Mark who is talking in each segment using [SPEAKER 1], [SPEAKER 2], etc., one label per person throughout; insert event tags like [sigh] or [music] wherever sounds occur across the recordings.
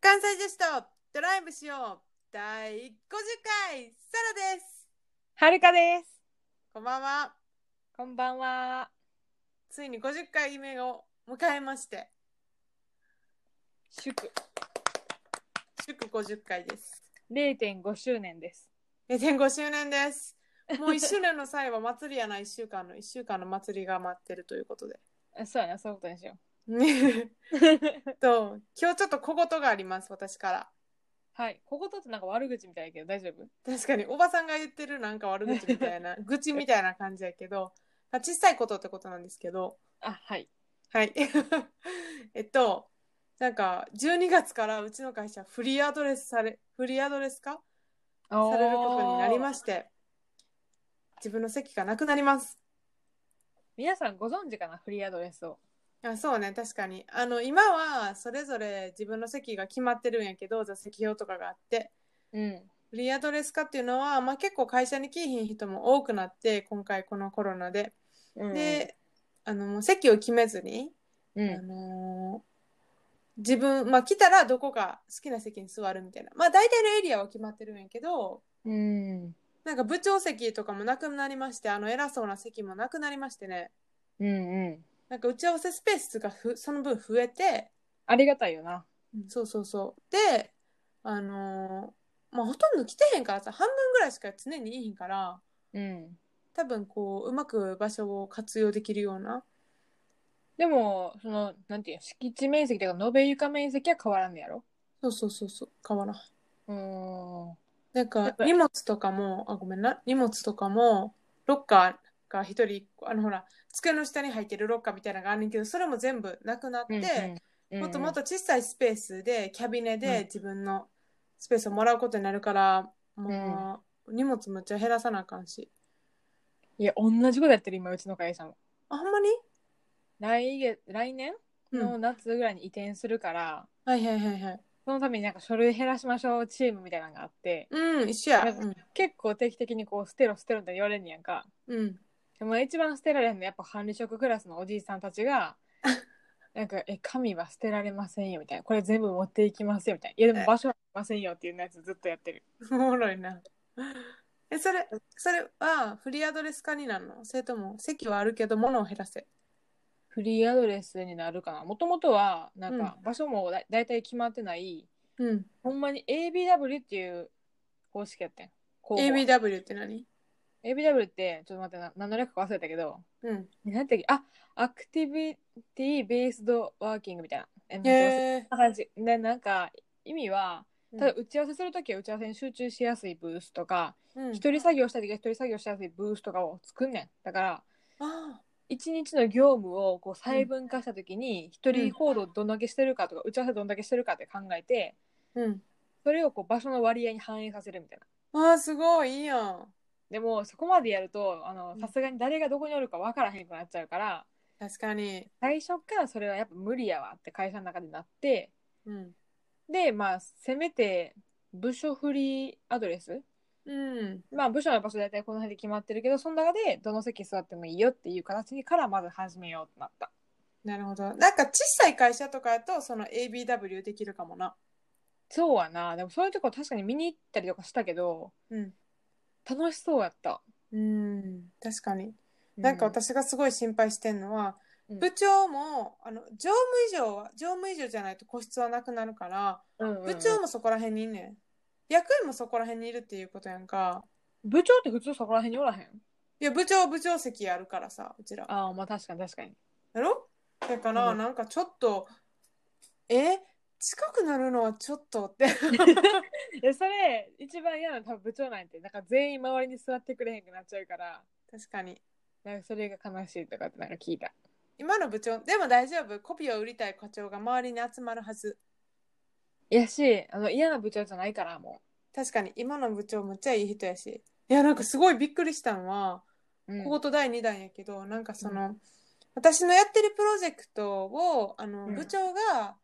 [SPEAKER 1] 関西女子とドライブしよう第50回サラです
[SPEAKER 2] はるかです。
[SPEAKER 1] こんばんは
[SPEAKER 2] こんばんは。
[SPEAKER 1] ついに50回目を迎えまして
[SPEAKER 2] 祝
[SPEAKER 1] 祝50回です
[SPEAKER 2] 0.5周年です。
[SPEAKER 1] 0.5周年ですもう1周年の際は祭りやな1週間の1週間の祭りが待ってるということで [laughs]
[SPEAKER 2] あそうやな、そういうことにしよ
[SPEAKER 1] ね [laughs]
[SPEAKER 2] う。
[SPEAKER 1] と今日ちょっと小言があります私から
[SPEAKER 2] はい。こことってなんか悪口みたいやけど大丈夫
[SPEAKER 1] 確かにおばさんが言ってるなんか悪口みたいな愚痴みたいな感じやけどまあ小さいことってことなんですけど
[SPEAKER 2] あ、はい。
[SPEAKER 1] はい。 [laughs] えっと、なんか、12月からうちの会社、フリーアドレスされ、フリーアドレス化されることになりま
[SPEAKER 2] した。
[SPEAKER 1] して、自分の席がなくなります。
[SPEAKER 2] 皆さんご存知かなフリーアドレスを。
[SPEAKER 1] あそうね、確かに。あの、今は、それぞれ自分の席が決まってるんやけど、座席表とかがあって、
[SPEAKER 2] うん。
[SPEAKER 1] フリーアドレス化っていうのは、まあ結構会社に来いひん人も多くなって、今回このコロナで。で、あの、もう席を決めずに、
[SPEAKER 2] う
[SPEAKER 1] あ
[SPEAKER 2] ん。
[SPEAKER 1] のー自分、まあ、来たらどこか好きな席に座るみたいな。まあ、大体のエリアは決まってるんやけど、
[SPEAKER 2] うん。
[SPEAKER 1] なんか部長席とかもなくなりまして、あの偉そうな席もなくなりましてね。
[SPEAKER 2] うんうん。
[SPEAKER 1] なんか打ち合わせスペースがふその分増えて、
[SPEAKER 2] ありがたいよな。
[SPEAKER 1] そうそうそう。で、あのーまあ、ほとんど来てへんからさ、半分ぐらいしか常にいいひんから、
[SPEAKER 2] うん。
[SPEAKER 1] 多分こう、うまく場所を活用できるような。
[SPEAKER 2] でも、その、なんていうの敷地面積というか、延べ床面積は変わらんのやろ
[SPEAKER 1] そうそうそうそう、変わらん。
[SPEAKER 2] うーん。
[SPEAKER 1] なん
[SPEAKER 2] や
[SPEAKER 1] か
[SPEAKER 2] っぱ
[SPEAKER 1] 荷物とかも、あ、ごめんな、荷物とかも、ロッカーが一人一個、あのほら、机の下に入ってるロッカーみたいなのがあるんねんけど、それも全部なくなって、
[SPEAKER 2] うんうん、
[SPEAKER 1] もっともっと小さいスペースで、キャビネで自分のスペースをもらうことになるから、もう、荷物むっちゃ減らさなあかんし。
[SPEAKER 2] いや、同じことやってる、今、うちの会社も。
[SPEAKER 1] あ、ほんまに
[SPEAKER 2] 来月、来年
[SPEAKER 1] うん。
[SPEAKER 2] の夏ぐらいに移転するから、
[SPEAKER 1] はいはいはいはい。
[SPEAKER 2] そのためになんか書類減らしましょうチームみたいなのがあって、
[SPEAKER 1] うん、一緒や。
[SPEAKER 2] うん結構定期的にこう捨てろ捨てろって言われんねやんか。
[SPEAKER 1] うん。うん。
[SPEAKER 2] でも一番捨てられんのやっぱ管理職クラスのおじいさんたち [laughs] が、なんか、え、紙は捨てられませんよみたいな。これ全部持っていきますよみたいな。いやでも場所はありませんよっていうやつずっとやってる。
[SPEAKER 1] おもろいな。え、それ、それはフリーアドレス化になるのそれとも、席はあるけど、物を減らせ。
[SPEAKER 2] フリーアドレスになるかな。もともとは、なんか場所もだ,、だいたい決まってない、
[SPEAKER 1] うん。
[SPEAKER 2] ほんまに ABW っていう方式やってん。公募
[SPEAKER 1] ABW って何
[SPEAKER 2] ABW って、ちょっと待ってな、何の略か忘れたけど、
[SPEAKER 1] うん。
[SPEAKER 2] なんていうあアクティビティベースドワーキングみたいな。え
[SPEAKER 1] へ
[SPEAKER 2] そんな感じでなんか意味は
[SPEAKER 1] うん
[SPEAKER 2] ただ打ち合わせするときは打ち合わせに集中しやすいブースとか、
[SPEAKER 1] え。
[SPEAKER 2] 一人作業したい時は一人作業しやすいブースとかを作んねんだから
[SPEAKER 1] あ
[SPEAKER 2] 一日の業務をこう細分化したときに一人行動どんだけしてるかとか打ち合わせどんだけしてるかって考えて
[SPEAKER 1] ーうん。
[SPEAKER 2] それをこう場所の割合に反映させるみたいな。
[SPEAKER 1] あー、すごい、いいやん。
[SPEAKER 2] でもそこまでやるとあの
[SPEAKER 1] うん
[SPEAKER 2] さすがに誰がどこにおるか分からへんくなっちゃうから
[SPEAKER 1] 確かに。
[SPEAKER 2] 最初からそれはやっぱ無理やわって会社の中でなって
[SPEAKER 1] うん。
[SPEAKER 2] で、まあ、せめて、部署フリーアドレス。
[SPEAKER 1] うん。
[SPEAKER 2] まあ、部署の場所大体この辺で決まってるけど、その中でどの席座ってもいいよっていう形にからまず始めようってなった。
[SPEAKER 1] なるほど。なんか、小さい会社とかやと、その ABW できるかもな。
[SPEAKER 2] そうはな、でもそういうとこ確かに見に行ったりとかしたけど、
[SPEAKER 1] うん。
[SPEAKER 2] 楽しそうやった。
[SPEAKER 1] うん。確かに。なんか、私がすごい心配してんのは、
[SPEAKER 2] うん
[SPEAKER 1] 部長も、あの、常務以上は、常務以上じゃないと個室はなくなるから、
[SPEAKER 2] うん、うんうん
[SPEAKER 1] 部長もそこら辺にいんねん。役員もそこら辺にいるっていうことやんか。
[SPEAKER 2] 部長って普通そこら辺におらへん
[SPEAKER 1] いや、部長は部長席あるからさ、うちら。
[SPEAKER 2] ああ、まあ確かに確 [laughs] かに。
[SPEAKER 1] やろだから、
[SPEAKER 2] うん
[SPEAKER 1] なんかちょっと、え近くなるのはちょっと
[SPEAKER 2] [laughs]
[SPEAKER 1] って。
[SPEAKER 2] え、それ、一番嫌なの多分部長なんて、なんか全員周りに座ってくれへんくなっちゃうから、
[SPEAKER 1] 確かに。
[SPEAKER 2] なんかそれが悲しいとかってなんか聞いた。
[SPEAKER 1] 今の部長、でも大丈夫。コピーを売りたい課長が周りに集まるはず。
[SPEAKER 2] いやし、あの嫌な部長じゃないから、も
[SPEAKER 1] 確かに、今の部長むっちゃいい人やし。いや、なんかすごいびっくりしたんは、
[SPEAKER 2] う。うん
[SPEAKER 1] ここと第2弾やけど、なんかその、私のやってるプロジェクトを、あの、
[SPEAKER 2] うん
[SPEAKER 1] 部長が、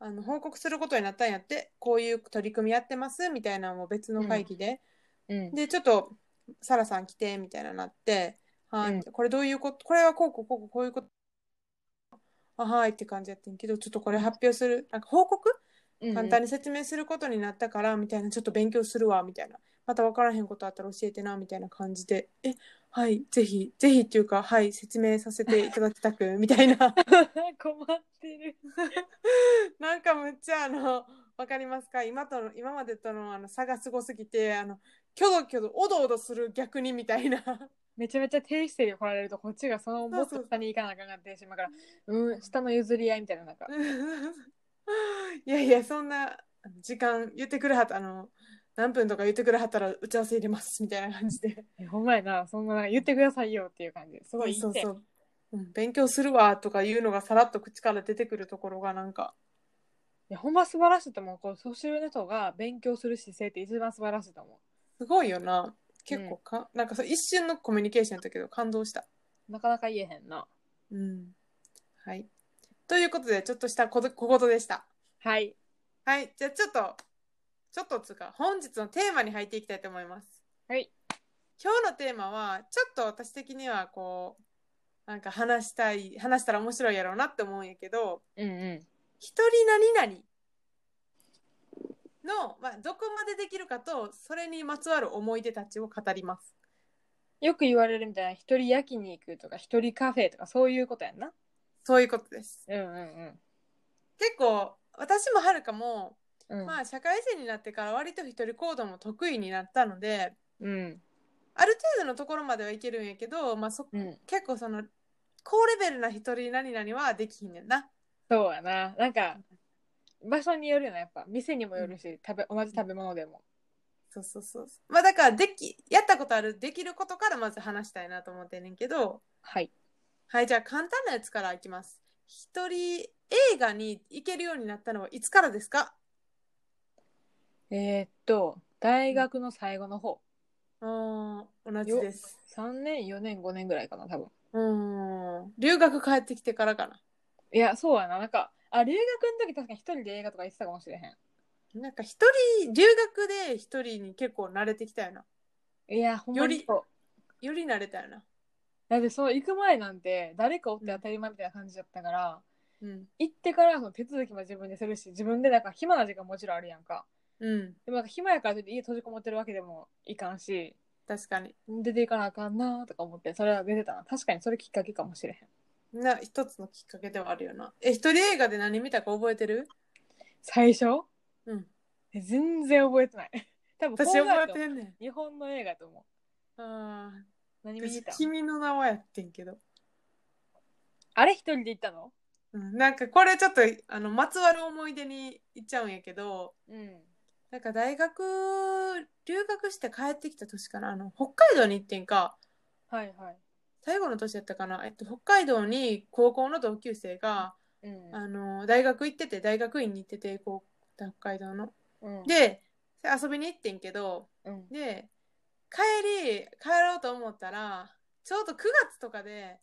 [SPEAKER 1] あの、報告することになったんやって、こういう取り組みやってます、みたいなのを別の会議で。
[SPEAKER 2] うん
[SPEAKER 1] で、ちょっと、サラさん来て、みたいななって、はい、
[SPEAKER 2] うん
[SPEAKER 1] これどういうこと、これはこうこうこうこうこういうこと、あ、はいって感じやってんけど、ちょっとこれ発表する、なんか報告簡単
[SPEAKER 2] に。
[SPEAKER 1] に説明することになったから、みたいな、ちょっと勉強するわ、みたいな。また分からへんことあったら教えてな、みたいな感じで、え、はい、ぜひ、ぜひっていうか、はい、説明させていただきた [laughs] く、みたいな。
[SPEAKER 2] [laughs] 困ってる。
[SPEAKER 1] なんかむっちゃあの、わかりますか今との、今までとのあの差がすごすぎて、あの、きょどきょど、おどおどする逆にみたいな。
[SPEAKER 2] めちゃめちゃ低姿勢で来られると、こっちがそのもっと下に行かなあかんなってしまうから、うん、下の譲り合いみたいな、なんか。
[SPEAKER 1] [laughs] いやいや、そんな、あの時間言ってくれはった、あの、何分とか言ってくれはったら打ち合わせ入れます、みたいな感じで。
[SPEAKER 2] えほんまやな、そんな、なんか言ってくださいよっていう感じ。すごいいい
[SPEAKER 1] そう
[SPEAKER 2] 点
[SPEAKER 1] そう。うん、勉強するわとかいうのがさらっと口から出てくるところがなんか、
[SPEAKER 2] いやほんま素晴らしいと思う。こう、年上の人が勉強する姿勢って一番素晴らしいと思
[SPEAKER 1] すごいよな。結構か、なんかそう一瞬のコミュニケーションだけど感動した。
[SPEAKER 2] う。なかなか言えへんな。
[SPEAKER 1] うん。はい。ということで、ちょっとした小小言でした。
[SPEAKER 2] はい。
[SPEAKER 1] はい。じゃあちょっと、ちょっとつうか、本日のテーマに入っていきたいと思います。
[SPEAKER 2] はい。
[SPEAKER 1] 今日のテーマは、ちょっと私的にはこう、なんか話したい、話したら面白いやろうなって思うんやけど、
[SPEAKER 2] うんう
[SPEAKER 1] 一人何々の、まあ、どこまでできるかとそれにまつわる思い出たちを語ります
[SPEAKER 2] ん。よく言われるみたいな、一人焼きに行くとか、一人カフェとか、そういうことやんな。
[SPEAKER 1] そういうことです
[SPEAKER 2] うんうん
[SPEAKER 1] 結構私もはるかも、
[SPEAKER 2] うん。うん。
[SPEAKER 1] まあ、社会人になってから割と一人行動も得意になったので
[SPEAKER 2] うん。
[SPEAKER 1] ある程度のところまではいけるんやけど、まあ、そ
[SPEAKER 2] うん。
[SPEAKER 1] 結構その高レベルな一人何々はできひんねんな
[SPEAKER 2] そうやな。なんか、場所によるよな、やっぱ。店にもよるし、食べ、同じ食べ物でも。
[SPEAKER 1] そうそうそうまあだからできやったことあるできることからまず話したいなと思ってんねんけど
[SPEAKER 2] はい。
[SPEAKER 1] はい、じゃあ簡単なやつからいきます。一人映画に行けるようになったのはいつからですか
[SPEAKER 2] えーっと、大学の最後の方。
[SPEAKER 1] あー同じです。
[SPEAKER 2] 3年、4年、5年ぐらいかな、多分。
[SPEAKER 1] うーん。留学帰ってきてからかな。
[SPEAKER 2] いや、そうやな。なんか、あ、留学の時確かに一人で映画とか行ってたかもしれへ
[SPEAKER 1] なんか一人、留学で一人に結構慣れてきたよな。
[SPEAKER 2] ん。いや、ほんまに
[SPEAKER 1] より
[SPEAKER 2] そう。
[SPEAKER 1] より慣れたよな。
[SPEAKER 2] だってその行く前なんて、誰かおって当たり前みたいな感じだったから、
[SPEAKER 1] うん。
[SPEAKER 2] 行ってからその手続きも自分でするし、自分でなんか暇な時間もちろんあるやんか。
[SPEAKER 1] うん。
[SPEAKER 2] でもなんか暇やからといって家閉じこもってるわけでもいかんし、
[SPEAKER 1] 確かに。
[SPEAKER 2] 出ていかなあかんなとか思って、それは出てたな。確かにそれきっかけかもしれへん。
[SPEAKER 1] な、一つのきっかけではあるよな。え、一人映画で何見たか覚えてる
[SPEAKER 2] 最初
[SPEAKER 1] うん。
[SPEAKER 2] え全然覚えてない。 [laughs] 多分
[SPEAKER 1] 私覚え
[SPEAKER 2] る。
[SPEAKER 1] てんねん。
[SPEAKER 2] 日本の映画やと思う。
[SPEAKER 1] ああ。
[SPEAKER 2] 何見に
[SPEAKER 1] 私
[SPEAKER 2] 行った、
[SPEAKER 1] 君の名はやってんけど。
[SPEAKER 2] あれ一人で行ったの
[SPEAKER 1] うん、なんかこれちょっとあのまつわる思い出にいっちゃうんやけど
[SPEAKER 2] うん。
[SPEAKER 1] なんか大学留学して帰ってきた年かなあの北海道に行ってんか
[SPEAKER 2] はいはい。
[SPEAKER 1] 最後の年やったかな、えっと、北海道に高校の同級生が、
[SPEAKER 2] うん
[SPEAKER 1] あの大学行ってて大学院に行っててこう北海道の。
[SPEAKER 2] うん、
[SPEAKER 1] で遊びに行ってんけど
[SPEAKER 2] うん、
[SPEAKER 1] で帰り帰ろうと思ったらちょうど9月とかで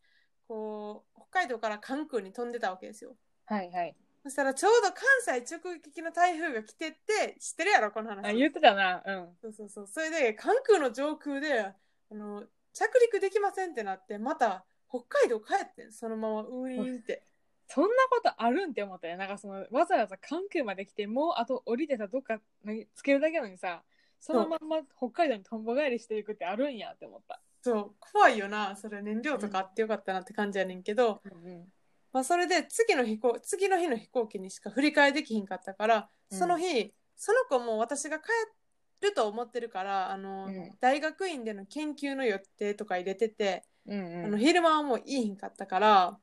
[SPEAKER 1] こう北海道から関空に飛んでたわけですよ。
[SPEAKER 2] はいはい。
[SPEAKER 1] そしたらちょうど関西直撃の台風が来てって知ってるやろこの話
[SPEAKER 2] あ、言ってたな。うん。
[SPEAKER 1] そうそうそうそれで関空の上空であの着陸できませんってなってまた北海道帰ってんそのままウーンって
[SPEAKER 2] そんなことあるんって思ったよ。なんかその、わざわざ関空まで来て、もうあと降りてさ、どっか何つけるだけなのにさ、そのまんま北海道にとんぼ返りしていくってあるんやって思った。
[SPEAKER 1] そう怖いよなそれ燃料とかあってよかったなって感じやねんけど、
[SPEAKER 2] うん
[SPEAKER 1] まあ、それで次の飛行次の日の飛行機にしか振り替えできひんかったからその日、その子も私が帰ると思ってるからあの、
[SPEAKER 2] うん
[SPEAKER 1] 大学院での研究の予定とか入れてて、
[SPEAKER 2] うん。
[SPEAKER 1] あ
[SPEAKER 2] うんう
[SPEAKER 1] の
[SPEAKER 2] ん。
[SPEAKER 1] 昼間はもういいひんかったから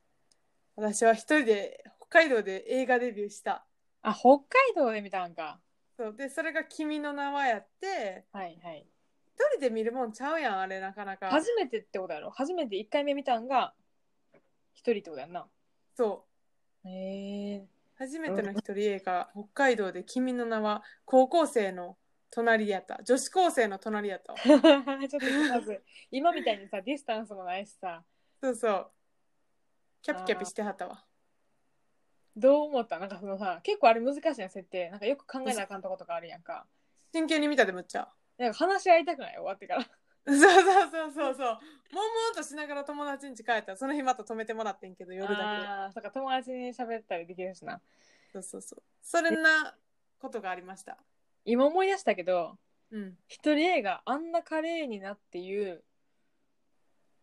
[SPEAKER 1] 私は一人で北海道で映画デビューした
[SPEAKER 2] あ、北海道で見たんか。
[SPEAKER 1] そうでそれが「君の名は」やって
[SPEAKER 2] はいはい。
[SPEAKER 1] 一人で見るもんちゃうやんあれなかなか
[SPEAKER 2] 初めてってことやろ初めて1回目見たんが、一人ってことやんな。
[SPEAKER 1] そう
[SPEAKER 2] へえ。
[SPEAKER 1] 初めての一人映画北海道で「君の名は」高校生の隣やった女子高生の隣やったわ
[SPEAKER 2] [laughs] ちょっとまず、今みたいにさ、ディスタンスもないしさ、
[SPEAKER 1] そうそうキャピキャピしてはったわ
[SPEAKER 2] どう思ったなんかそのさ、結構あれ難しいな、設定。なんかよく考えなあかんとことかあるやんか。
[SPEAKER 1] 真剣に見たでむっちゃ
[SPEAKER 2] なんか話し合いたくない終わってから。
[SPEAKER 1] そうそうそうそうそうもんもんとしながら友達ん家帰ったらその日また泊めてもらってん [laughs] けど夜だけ
[SPEAKER 2] ああ、そっか、友達に喋ったりできるしな。
[SPEAKER 1] そうそうそう。それなことがありました。
[SPEAKER 2] 今思い出したけど、
[SPEAKER 1] うん。
[SPEAKER 2] 一人映画、あんな華麗になっていう、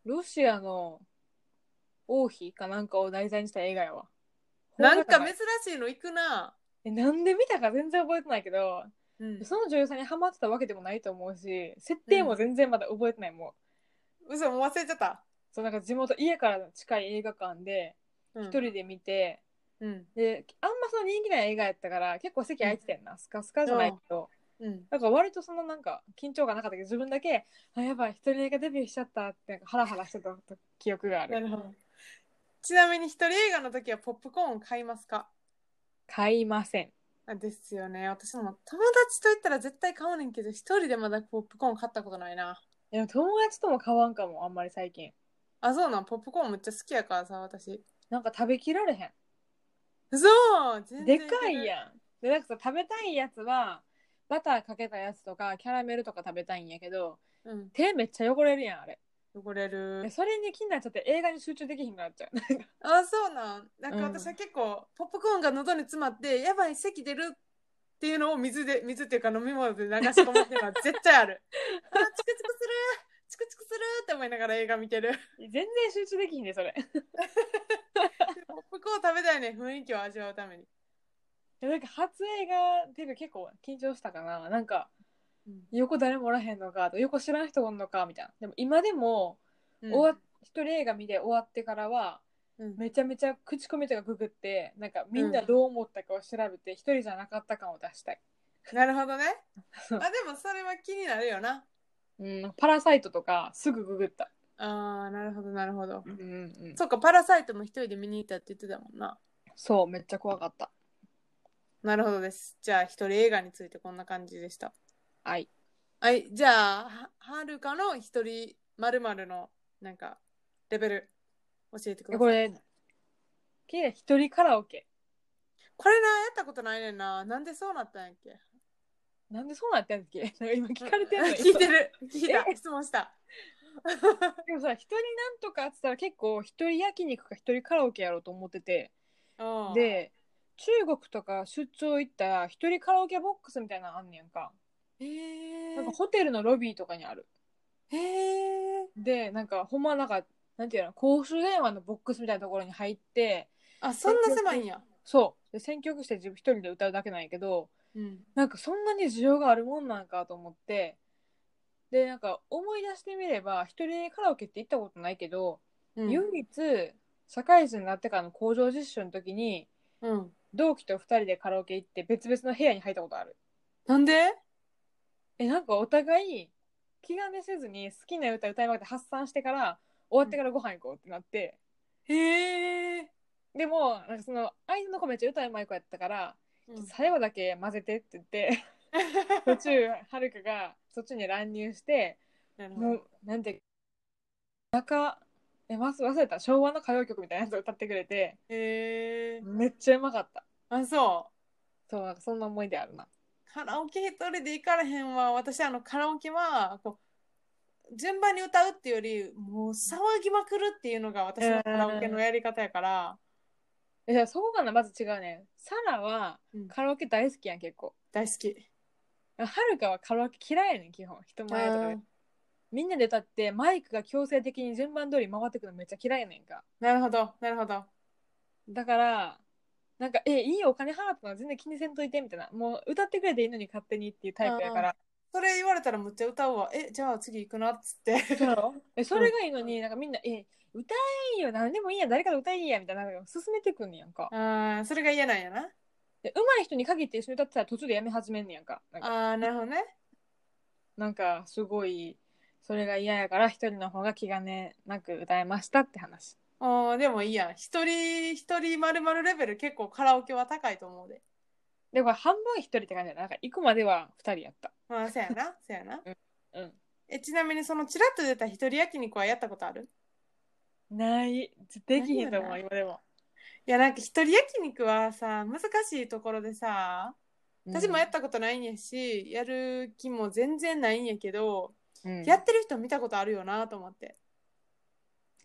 [SPEAKER 2] ロシアの王妃かなんかを題材にした映画やわ。
[SPEAKER 1] なんか
[SPEAKER 2] め
[SPEAKER 1] 珍しいの行くな。
[SPEAKER 2] えなんで見たか全然覚えてないけど、
[SPEAKER 1] うん。
[SPEAKER 2] その女優さんにハマってたわけでもないと思うし、設定も全然まだ覚えてないもん。
[SPEAKER 1] 嘘、もう忘れちゃった。
[SPEAKER 2] そうなんか地元、家から近い映画館で、
[SPEAKER 1] うん
[SPEAKER 2] 一。人で見て、
[SPEAKER 1] うん。
[SPEAKER 2] で、あんまその人気ない映画やったから、結構席空いてたやんな。スカスカじゃないけど。
[SPEAKER 1] うん。
[SPEAKER 2] なんか割とそのなんか緊張がなかったけど自分だけ「あやばい一人映画デビューしちゃった」ってなんかハラハラしてた記憶があ
[SPEAKER 1] な
[SPEAKER 2] る
[SPEAKER 1] るほど。ちなみに一人映画の時はポップコーン買いますか
[SPEAKER 2] 買いません
[SPEAKER 1] あですよね。私も友達と言ったら絶対買うねんけど、一人でまだポップコーン買ったことないな。
[SPEAKER 2] でも友達とも買わんかもあんまり最近
[SPEAKER 1] あ、そうなん。ポップコーンめっちゃ好きやからさ、私。
[SPEAKER 2] なんか食べきられへ
[SPEAKER 1] そう全
[SPEAKER 2] ん
[SPEAKER 1] 然
[SPEAKER 2] でかい
[SPEAKER 1] ん。
[SPEAKER 2] やんでなんかさ食べたいやつはバターかけたやつとかキャラメルとか食べたいんやけど
[SPEAKER 1] うん。
[SPEAKER 2] 手めっちゃ汚れるやんあれ
[SPEAKER 1] 汚れる
[SPEAKER 2] で。それに気になっちゃって映画に集中できひんくなっちゃう [laughs]
[SPEAKER 1] あそうなんなん
[SPEAKER 2] うん
[SPEAKER 1] か私は結構、ポップコーンが喉に詰まってやばい咳出るっていうのを水で水っていうか飲み物で流し込むっていうのは絶対ある
[SPEAKER 2] [laughs]
[SPEAKER 1] あーチクチクするチクチクするって思いながら映画見てる
[SPEAKER 2] 全然集中できひんでそれ
[SPEAKER 1] ポップコーン食べたいね雰囲気を味わうために、
[SPEAKER 2] でなんか初映画デビュー結構緊張したかななんか
[SPEAKER 1] うん
[SPEAKER 2] 横誰もおらへんのかと横知らん人おんのかみたいなでも今でも終わ、一人映画見て終わってからは
[SPEAKER 1] うん
[SPEAKER 2] めちゃめちゃ口コミとかググってなんかみんなどう思ったかを調べて一人じゃなかった感を出したい、
[SPEAKER 1] なるほどねあでもそれは気になるよな
[SPEAKER 2] うん、パラサイトとかすぐググった、
[SPEAKER 1] あーなるほどなるほど、
[SPEAKER 2] うんうん、
[SPEAKER 1] そっかパラサイトも一人で見に行ったって言ってたもんな
[SPEAKER 2] そうめっちゃ怖かった
[SPEAKER 1] なるほどですじゃあ一人映画についてこんな感じでした
[SPEAKER 2] はい
[SPEAKER 1] はい、じゃあ、ははるかの一人まるまるの、なんか、レベル、教えてください。
[SPEAKER 2] これき一人カラオケ
[SPEAKER 1] これな、やったことないねんな。なんでそうなったんやっけ
[SPEAKER 2] なんでそうなったんだっけ [laughs] なんか今 [laughs] 聞かれてる
[SPEAKER 1] 聞いてる。聞いた。
[SPEAKER 2] え
[SPEAKER 1] 質問した。
[SPEAKER 2] でもさ一人なんとかっつったら結構一人焼肉か一人カラオケやろうと思ってて
[SPEAKER 1] うん、
[SPEAKER 2] で中国とか出張行ったら一人カラオケボックスみたいなのあんねやんか
[SPEAKER 1] へえ
[SPEAKER 2] なんかホテルのロビーとかにある
[SPEAKER 1] へえ
[SPEAKER 2] でなんかほんまなんかなんていうの公衆電話のボックスみたいなところに入って
[SPEAKER 1] あ、そんな狭いんや。
[SPEAKER 2] そうで選曲して自分一人で歌うだけなんやけど
[SPEAKER 1] うん。
[SPEAKER 2] なんかそんなに需要があるもんなんかと思ってでなんか思い出してみれば一人カラオケって行ったことないけど、
[SPEAKER 1] うん。
[SPEAKER 2] 唯一社会人になってからの工場実習の時に
[SPEAKER 1] うん、
[SPEAKER 2] 同期と二人でカラオケ行って別々の部屋に入ったことある
[SPEAKER 1] なんで
[SPEAKER 2] えなんかお互い気兼ねせずに好きな歌歌いまくって発散してから終わってからご飯行こうってなって、
[SPEAKER 1] へえ。
[SPEAKER 2] でもなんかその相手の子めっちゃ歌うまい子やったから、
[SPEAKER 1] うん
[SPEAKER 2] 最後だけ混ぜてって言って途中はるかがそっちに乱入して、
[SPEAKER 1] [laughs] なるほ
[SPEAKER 2] も
[SPEAKER 1] ど
[SPEAKER 2] うなんて中えます忘れた昭和の歌謡曲みたいなやつを歌ってくれて
[SPEAKER 1] へえ。
[SPEAKER 2] めっちゃうまかった
[SPEAKER 1] あ、そう。
[SPEAKER 2] そうなんかそんな思い出あるな
[SPEAKER 1] カラオケ一人で行かれへんわ。私、あの、カラオケは、こう、順番に歌うっていうより、もう騒ぎまくるっていうのが私のカラオケのやり方やから、
[SPEAKER 2] えじゃあそこがなまず違うねサラは
[SPEAKER 1] うん
[SPEAKER 2] カラオケ大好きやん結構
[SPEAKER 1] 大好き。
[SPEAKER 2] はるかはカラオケ嫌いやねん基本人前とかでみんなで歌ってマイクが強制的に順番通り回ってくのめっちゃ嫌いやねんか
[SPEAKER 1] なるほど、なるほど。
[SPEAKER 2] だからなんか「えいいよお金払ったのは全然気にせんといて」みたいなもう歌ってくれていいのに勝手にっていうタイプやから
[SPEAKER 1] それ言われたらむっちゃ歌うわ。え、じゃあ次行くなっつって。 [laughs]
[SPEAKER 2] えそれがいいのになんかみんな「え歌えんよ何でもいいや誰かと歌えんや」みたいなのを勧めてくんねやんか
[SPEAKER 1] ああ、それが嫌なんやな。
[SPEAKER 2] で上手い人に限って一緒に歌ってたら途中でやめ始めんねやんかなんか
[SPEAKER 1] ああ、なるほどね。
[SPEAKER 2] なんかすごいそれが嫌やから一人の方が気兼ねなく歌えましたって話
[SPEAKER 1] あーでもいいやん。一人、一人まるまるレベル結構カラオケは高いと思うで。
[SPEAKER 2] でこれ半分一人って感じだななんか行くまでは二人やった
[SPEAKER 1] まあ、そうやな、そうやな。
[SPEAKER 2] うん
[SPEAKER 1] え、ちなみにそのチラッと出た一人焼肉はやったことある
[SPEAKER 2] ないできひんと思
[SPEAKER 1] な
[SPEAKER 2] う
[SPEAKER 1] い
[SPEAKER 2] 今でも
[SPEAKER 1] いやなんか一人焼肉はさ難しいところでさ私もやったことないんやし、やる気も全然ないんやけど、
[SPEAKER 2] うん
[SPEAKER 1] やってる人見たことあるよなと思って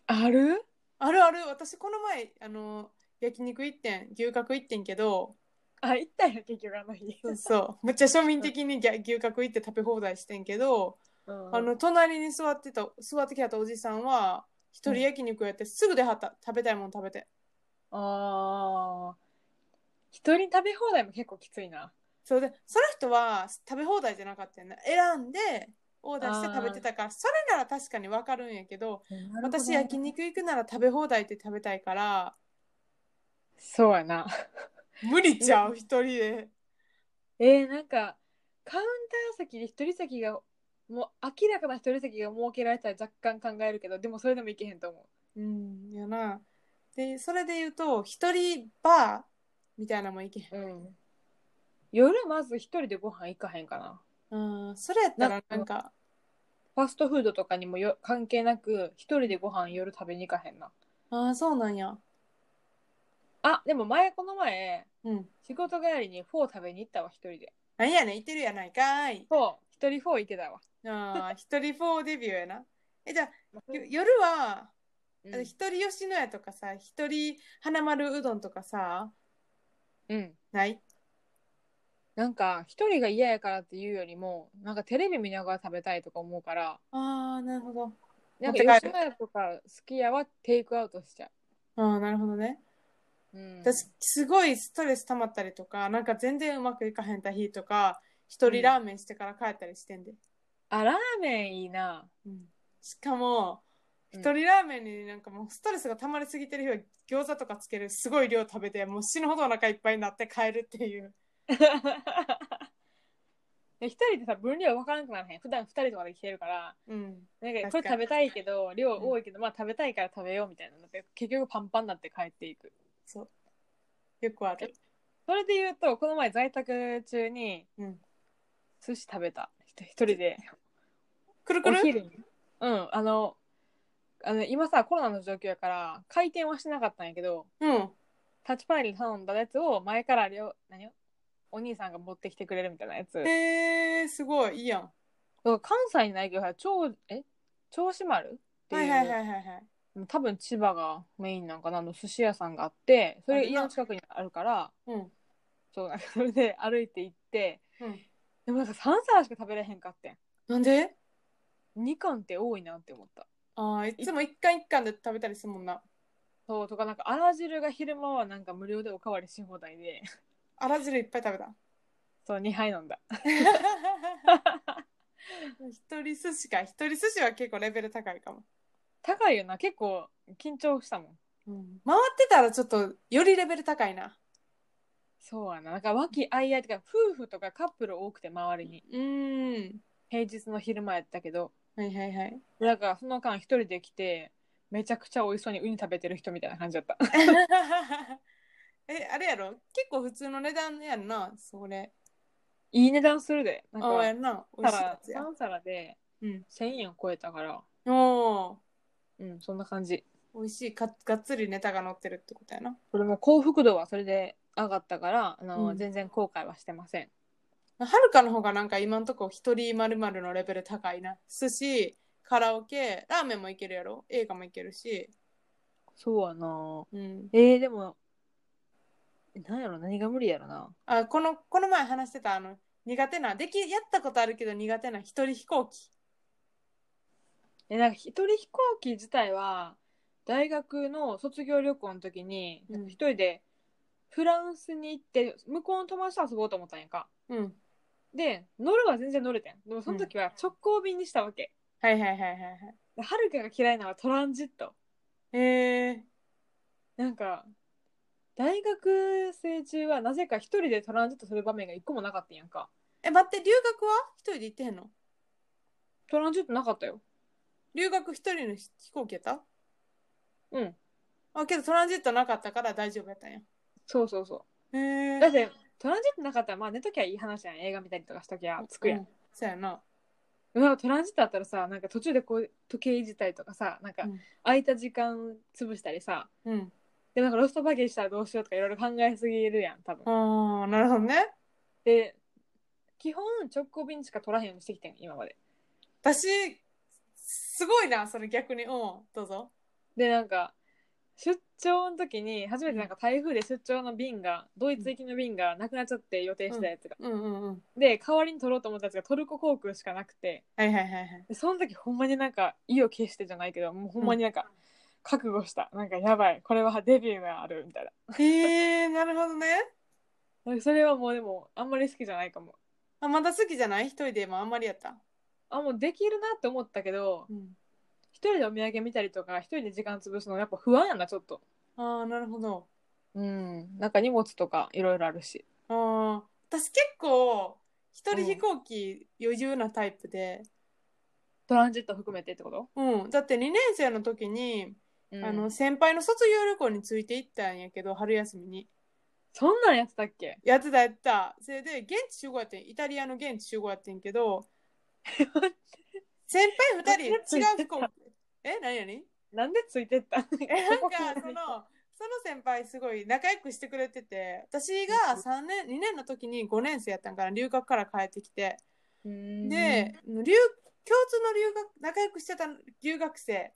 [SPEAKER 2] ある
[SPEAKER 1] あるある私この前あの焼肉1点牛角1点けど
[SPEAKER 2] あ行ったんや結局あの日、
[SPEAKER 1] そうそうめっちゃ庶民的にぎゃ牛角行って食べ放題してんけど、
[SPEAKER 2] うん
[SPEAKER 1] あの隣に座ってた座ってきはったおじさんは一人焼肉やってすぐ出はった食べたいもん食べて
[SPEAKER 2] あー一人食べ放題も結構きついな
[SPEAKER 1] それでその人は食べ放題じゃなかったよね選んでオーダーして食べてたからそれなら確かに分かるんやけど私焼肉行くなら食べ放題って食べたい [laughs] から
[SPEAKER 2] そうやな
[SPEAKER 1] 無理ちゃう一人で
[SPEAKER 2] [laughs] えー、なんかカウンター席で一人席がもう明らかな一人席が設けられたら若干考えるけどでもそれでもいけへんと思う
[SPEAKER 1] うんやなでそれで言うと一人バーみたいなのも行けへん
[SPEAKER 2] うん夜まず一人でご飯行かへんかな
[SPEAKER 1] うんそれやったらなんか
[SPEAKER 2] ファストフードとかにもよ関係なく一人でご飯夜食べに行かへんな
[SPEAKER 1] ああそうなんや
[SPEAKER 2] あでも前この前
[SPEAKER 1] うん
[SPEAKER 2] 仕事帰りにフォー食べに行ったわ一人で
[SPEAKER 1] なんやねん行ってるやないかい
[SPEAKER 2] フォー一人フォー行ってたわ、
[SPEAKER 1] ああ一人フォーデビューやなえじゃあよ
[SPEAKER 2] う
[SPEAKER 1] 夜はあの
[SPEAKER 2] ん
[SPEAKER 1] 一人吉野家とかさ一人花丸うどんとかさ
[SPEAKER 2] うん、
[SPEAKER 1] ない
[SPEAKER 2] なんか一人が嫌やからっていうよりもなんかテレビ見ながら食べたいとか思うから
[SPEAKER 1] ああなるほど
[SPEAKER 2] なん
[SPEAKER 1] 持
[SPEAKER 2] か
[SPEAKER 1] って帰
[SPEAKER 2] 吉
[SPEAKER 1] る
[SPEAKER 2] 野家とかすき家はテイクアウトしちゃ
[SPEAKER 1] ああなるほどね
[SPEAKER 2] う。うん、
[SPEAKER 1] 私すごいストレス溜まったりとかなんか全然うまくいかへんた日とか一人ラーメンしてから帰ったりしてんで、
[SPEAKER 2] あラーメンいいな。
[SPEAKER 1] うんしかも
[SPEAKER 2] うん
[SPEAKER 1] 一人ラーメンになんかもうストレスが溜まりすぎてる日は餃子とかつけるすごい量食べてもう死ぬほどお腹いっぱいになって帰るっていう
[SPEAKER 2] [laughs] で一人でさ分量分からなくならへん。普段二人とかで来てるから、
[SPEAKER 1] うん
[SPEAKER 2] なんか
[SPEAKER 1] 確
[SPEAKER 2] これ
[SPEAKER 1] かに
[SPEAKER 2] 食べたいけど量多いけど、まあ食べたいから食べようみたいなので結局パンパンになって帰っていく。
[SPEAKER 1] そうよくある
[SPEAKER 2] それで言うとこの前在宅中に
[SPEAKER 1] うん
[SPEAKER 2] 寿司食べた。一人で。
[SPEAKER 1] くるく
[SPEAKER 2] お
[SPEAKER 1] る
[SPEAKER 2] 昼に。うん、あの、あの今さコロナの状況やから回転はしなかったんやけど、
[SPEAKER 1] うん
[SPEAKER 2] タッチパネルに頼んだやつを前から両何よお兄さんが持ってきてくれるみたいなやつ
[SPEAKER 1] へえすごいいいやん
[SPEAKER 2] 関西にないけど超え銚子丸っていう、
[SPEAKER 1] はいはいはいはいはい
[SPEAKER 2] 多分千葉がメインなんかなあの寿司屋さんがあってそ
[SPEAKER 1] あ
[SPEAKER 2] れ
[SPEAKER 1] るな
[SPEAKER 2] 家の近くにあるから
[SPEAKER 1] うん
[SPEAKER 2] そうなんかそれで歩いて行って
[SPEAKER 1] うん
[SPEAKER 2] でもなんか3皿しか食べれへんかって
[SPEAKER 1] なんで
[SPEAKER 2] ん2貫って多いなって思った
[SPEAKER 1] ああいつも一貫一貫で食べたりするもんな
[SPEAKER 2] そうとかなんかあら汁が昼間はなんか無料でおかわりし放題で
[SPEAKER 1] あら汁いっぱい食べ [laughs] た
[SPEAKER 2] そう2杯飲ん
[SPEAKER 1] [laughs]
[SPEAKER 2] だ
[SPEAKER 1] 一人寿司か一人寿司は結構レベル高いかも、
[SPEAKER 2] 高いよな結構緊張したもん
[SPEAKER 1] うん、回ってたらちょっとよりレベル高いな
[SPEAKER 2] そうやな。なんか和気あいあいとか、夫婦とかカップル多くて周りに。
[SPEAKER 1] うーん
[SPEAKER 2] 平日の昼間やったけど、
[SPEAKER 1] はいはい [laughs] はい
[SPEAKER 2] なんかその間一人で来て、めちゃくちゃ美味しそうにウニ食べてる人みたいな感じだった。 [laughs]
[SPEAKER 1] えあれやろ結構普通の値段やんなそれ
[SPEAKER 2] いい値段するで。なん
[SPEAKER 1] ああや
[SPEAKER 2] か、
[SPEAKER 1] んな美味しい
[SPEAKER 2] 皿
[SPEAKER 1] やつや
[SPEAKER 2] 3皿で
[SPEAKER 1] うん
[SPEAKER 2] 1000円超えたから、
[SPEAKER 1] おー
[SPEAKER 2] うん、そんな感じ。
[SPEAKER 1] 美味しいかがっつりネタが載ってるってことやな
[SPEAKER 2] これも幸福度はそれで上がったから、あの
[SPEAKER 1] うん
[SPEAKER 2] 全然後悔はしてません。
[SPEAKER 1] はるかの方がなんか今んとこ一人まるまるのレベル高いな寿司カラオケラーメンもいけるやろ映画もいけるし
[SPEAKER 2] そうやな。
[SPEAKER 1] うん
[SPEAKER 2] えー、でも、なんやろ、何が無理やろな。
[SPEAKER 1] あこのこの前話してたあの苦手なできやったことあるけど苦手な一人飛行機
[SPEAKER 2] えなんか一人飛行機自体は大学の卒業旅行の時に
[SPEAKER 1] うん
[SPEAKER 2] 一人でフランスに行って向こうの友達と遊ぼうと思ったんやんか
[SPEAKER 1] うん
[SPEAKER 2] で乗るは全然乗れてんでもその時は直行便にしたわけ、
[SPEAKER 1] はいはいはいはいはい
[SPEAKER 2] ではるかが嫌いなのはトランジット
[SPEAKER 1] えー、
[SPEAKER 2] なんか大学生中はなぜか一人でトランジットする場面が一個もなかったんやんか
[SPEAKER 1] え待って留学は一人で行ってへんの
[SPEAKER 2] トランジットなかったよ
[SPEAKER 1] 留学一人の飛行機やった
[SPEAKER 2] うん
[SPEAKER 1] あけどトランジットなかったから大丈夫やったんや
[SPEAKER 2] そうそうそ
[SPEAKER 1] へ
[SPEAKER 2] う
[SPEAKER 1] え
[SPEAKER 2] だってトランジットなかったらまあ寝ときゃいい話やん映画見たりとかしときゃつくやん
[SPEAKER 1] うん、そうやな
[SPEAKER 2] うわトランジットあったらさなんか途中でこう時計いじったりとかさなんか
[SPEAKER 1] うん
[SPEAKER 2] 空いた時間潰したりさ、
[SPEAKER 1] うん
[SPEAKER 2] でなんかロストバゲージしたらどうしようとかいろいろ考えすぎるやん多分、
[SPEAKER 1] ああなるほどね
[SPEAKER 2] で基本直行便しか取らへんようにしてきてん今まで
[SPEAKER 1] 私すごいなそれ逆にうんどうぞ
[SPEAKER 2] でなんか出張の時に初めてなんか台風で出張の便がドイツ行きの便がなくなっちゃって予定してたやつが、
[SPEAKER 1] うんうんうん。
[SPEAKER 2] で代わりに取ろうと思ったやつがトルコ航空しかなくて
[SPEAKER 1] はいはいはいはい。
[SPEAKER 2] でその時ほんまになんか意を決してじゃないけどもうほんまになんか覚悟したなんかやばいこれはデビューがあるみたいな
[SPEAKER 1] へえー、なるほどね。
[SPEAKER 2] なんかそれはもうでもあんまり好きじゃないかも
[SPEAKER 1] あ、まだ好きじゃない一人でもあんまりやった。
[SPEAKER 2] あもうできるなって思ったけど
[SPEAKER 1] うん、
[SPEAKER 2] 一人でお土産見たりとか一人で時間潰すのやっぱ不安やなちょっと
[SPEAKER 1] ああ、なるほど。
[SPEAKER 2] うんなんか荷物とかいろいろあるし
[SPEAKER 1] ああ、私結構、一人飛行機余裕なタイプで。
[SPEAKER 2] トランジット含めてってこと、
[SPEAKER 1] うん。だって2年生の時に、
[SPEAKER 2] うん
[SPEAKER 1] あの、先輩の卒業旅行について行ったんやけど、春休みに。
[SPEAKER 2] そんなんやってたっけ
[SPEAKER 1] やってたやってた。それで、現地集合やってん。イタリアの現地集合やってんけ [laughs] ど、先輩2人、違う飛行機。え、何々
[SPEAKER 2] なんでついてった
[SPEAKER 1] えなんかその
[SPEAKER 2] [laughs]
[SPEAKER 1] その先輩すごい仲良くしてくれてて私が3年2年の時に5年生やったんから留学から帰ってきてで、留共通の留学仲良くしてた留学生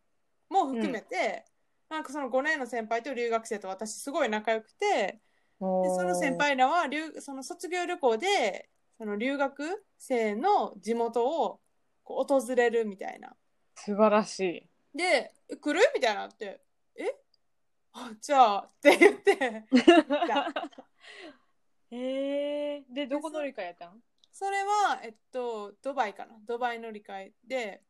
[SPEAKER 1] も含めて、なんかその5年の先輩と留学生と私すごい仲良くてでその先輩らは留その卒業旅行でその留学生の地元をこう訪れるみたいな
[SPEAKER 2] 素晴らしい
[SPEAKER 1] で「え来る?」みたいなって「えあじゃあ」って言って
[SPEAKER 2] [laughs] へえでどこ乗り換えやったん
[SPEAKER 1] それはえっとドバイかなドバイ乗り換えで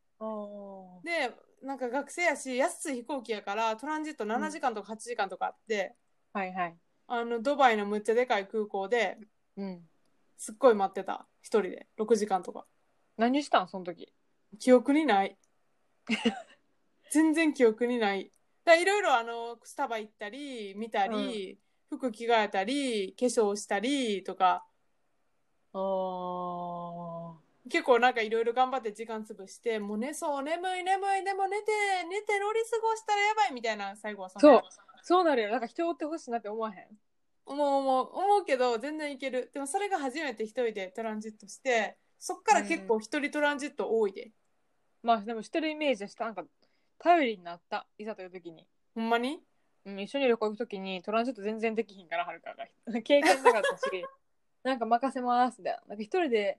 [SPEAKER 1] でなんか学生やし安い飛行機やからトランジット7時間とか8時間とかあって、
[SPEAKER 2] はいはい
[SPEAKER 1] あのドバイのむっちゃでかい空港で
[SPEAKER 2] うん
[SPEAKER 1] すっごい待ってた一人で6時間とか
[SPEAKER 2] 何したんその時
[SPEAKER 1] 記憶にない [laughs] 全然記憶にないだいろいろあのスタバ行ったり見たり、服着替えたり化粧したりとか
[SPEAKER 2] ああ
[SPEAKER 1] 結構なんかいろいろ頑張って時間潰して、もうね、そう、眠い眠い、でも寝て、寝て乗り過ごしたらやばいみたいな、最後はんな
[SPEAKER 2] そうなるよなんか人追ってほしいなって思わへん
[SPEAKER 1] 思う思う、思うけど、全然いける。でもそれが初めて一人でトランジットして、そっから結構一人トランジット多いで。
[SPEAKER 2] まあでもしてるイメージはしたなんか頼りになったいざという時に、
[SPEAKER 1] ほんまに
[SPEAKER 2] うん、一緒に旅行行く時にトランジット全然できひんからはるかが [laughs] 経験なかったし [laughs] なんか任せますみたいななんか一人で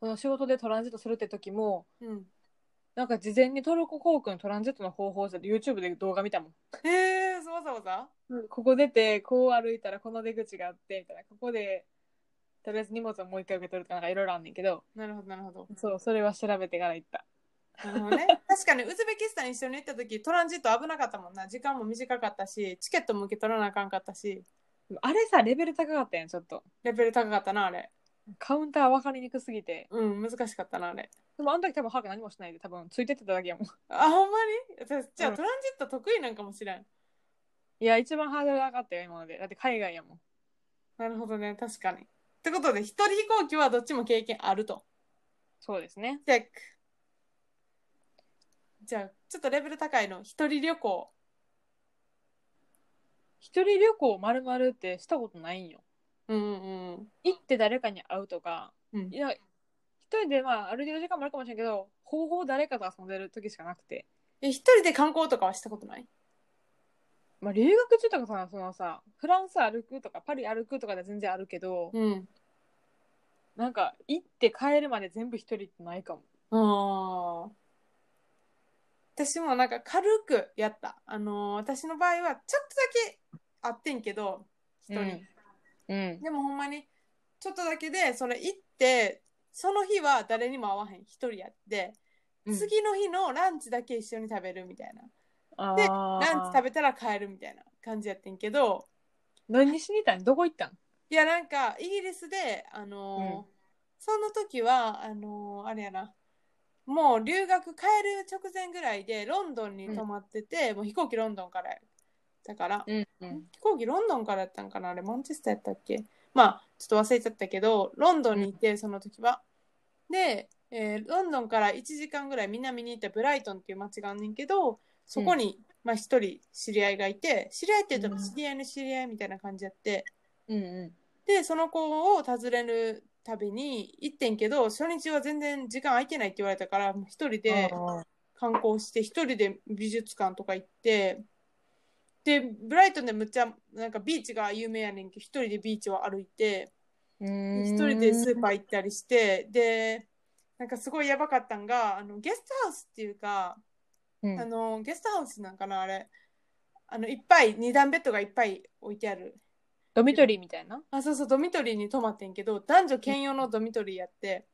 [SPEAKER 2] その仕事でトランジットするって時も
[SPEAKER 1] うん。
[SPEAKER 2] なんか事前にトルコ航空のトランジットの方法を YouTube で動画見たもん
[SPEAKER 1] へえー、そうわざわざ
[SPEAKER 2] ここ出て、こう歩いたらこの出口があって、みたいな。ここで、とりあえず荷物をもう一回受け取るとかなんかいろいろあんねんけど、
[SPEAKER 1] なるほど、なるほど。
[SPEAKER 2] そう、それは調べてから行った。
[SPEAKER 1] なるほど
[SPEAKER 2] [laughs]
[SPEAKER 1] ね。確かに、ウズベキスタン一緒に行った時、トランジット危なかったもんな。時間も短かったし、チケットも受け取らなあかんかったし、
[SPEAKER 2] あれさ、レベル高かったやん、ちょっと。
[SPEAKER 1] レベル高かったな、あれ。
[SPEAKER 2] カウンター分かりにくすぎて。
[SPEAKER 1] うん、難しかったな、あれ。
[SPEAKER 2] でもあの時多分ハルカ何もしないで、多分ついてってただけやもん。 [laughs]
[SPEAKER 1] あ、ほんまに私、じゃあ、
[SPEAKER 2] うん
[SPEAKER 1] トランジット得意なんかもしれん。
[SPEAKER 2] いや、一番ハードル上がったよ、今まで。だって海外やもん。
[SPEAKER 1] なるほどね、確かに。ってことで、一人飛行機はどっちも経験あると。
[SPEAKER 2] そうですね。
[SPEAKER 1] チェック。じゃあ、ちょっとレベル高いの、一人旅行。
[SPEAKER 2] 一人旅行まるまるってしたことないんよ。
[SPEAKER 1] うんうんうん。
[SPEAKER 2] 行って誰かに会うとか、
[SPEAKER 1] うん
[SPEAKER 2] いや、一人でまあ歩いてる時間もあるかもしれんけど、ほぼほぼ誰かと遊んでる時しかなくて。
[SPEAKER 1] え、一人で観光とかはしたことない
[SPEAKER 2] まあ、留学中とかさ、そのさ、フランス歩くとか、パリ歩くとかで全然あるけど、
[SPEAKER 1] うん。
[SPEAKER 2] なんか、行って帰るまで全部一人ってないかも。
[SPEAKER 1] ああ。私もなんか軽くやった。あのー私の場合は、ちょっとだけあってんけど、一人。
[SPEAKER 2] うん。
[SPEAKER 1] でもほんまにちょっとだけでそれ行ってその日は誰にも会わへん一人やって、
[SPEAKER 2] 次、
[SPEAKER 1] 次の日のランチだけ一緒に食べるみたいな
[SPEAKER 2] あ
[SPEAKER 1] で
[SPEAKER 2] ー
[SPEAKER 1] ランチ食べたら帰るみたいな感じやってんけど
[SPEAKER 2] 何しに行ったんどこ行ったん
[SPEAKER 1] いやなんかイギリスであのー
[SPEAKER 2] うん
[SPEAKER 1] その時はあのーあれやなもう留学帰る直前ぐらいでロンドンに泊まってて、もう飛行機ロンドンからだから、
[SPEAKER 2] うん。
[SPEAKER 1] 飛行機ロンドンからやったんかなあれマンチェスターやったっけまあちょっと忘れちゃったけどロンドンに行ってその時は、で、えーロンドンから1時間ぐらい南に行ったブライトンっていう街があんねんけどそこに、まあ、一人知り合いがいて知り合いって言うと
[SPEAKER 2] うん
[SPEAKER 1] 知り合いの知り合いみたいな感じやって
[SPEAKER 2] うんう
[SPEAKER 1] でその子を訪ねるたびに行ってんけど初日は全然時間空いてないって言われたからもう一人
[SPEAKER 2] ん。
[SPEAKER 1] で
[SPEAKER 2] あー
[SPEAKER 1] 観光して一人で美術館とか行ってでブライトンでむっちゃなんかビーチが有名やねんけど一人でビーチを歩いて一
[SPEAKER 2] 一
[SPEAKER 1] 人でスーパー行ったりしてでなんかすごいやばかったんがあのゲストハウスっていうか、
[SPEAKER 2] うん
[SPEAKER 1] あのゲストハウスなんかなあれあのいっぱい二段ベッドがいっぱい置いてある
[SPEAKER 2] ドミトリーみたいな
[SPEAKER 1] あそうそうドミトリーに泊まってんけど男女兼用のドミトリーやって、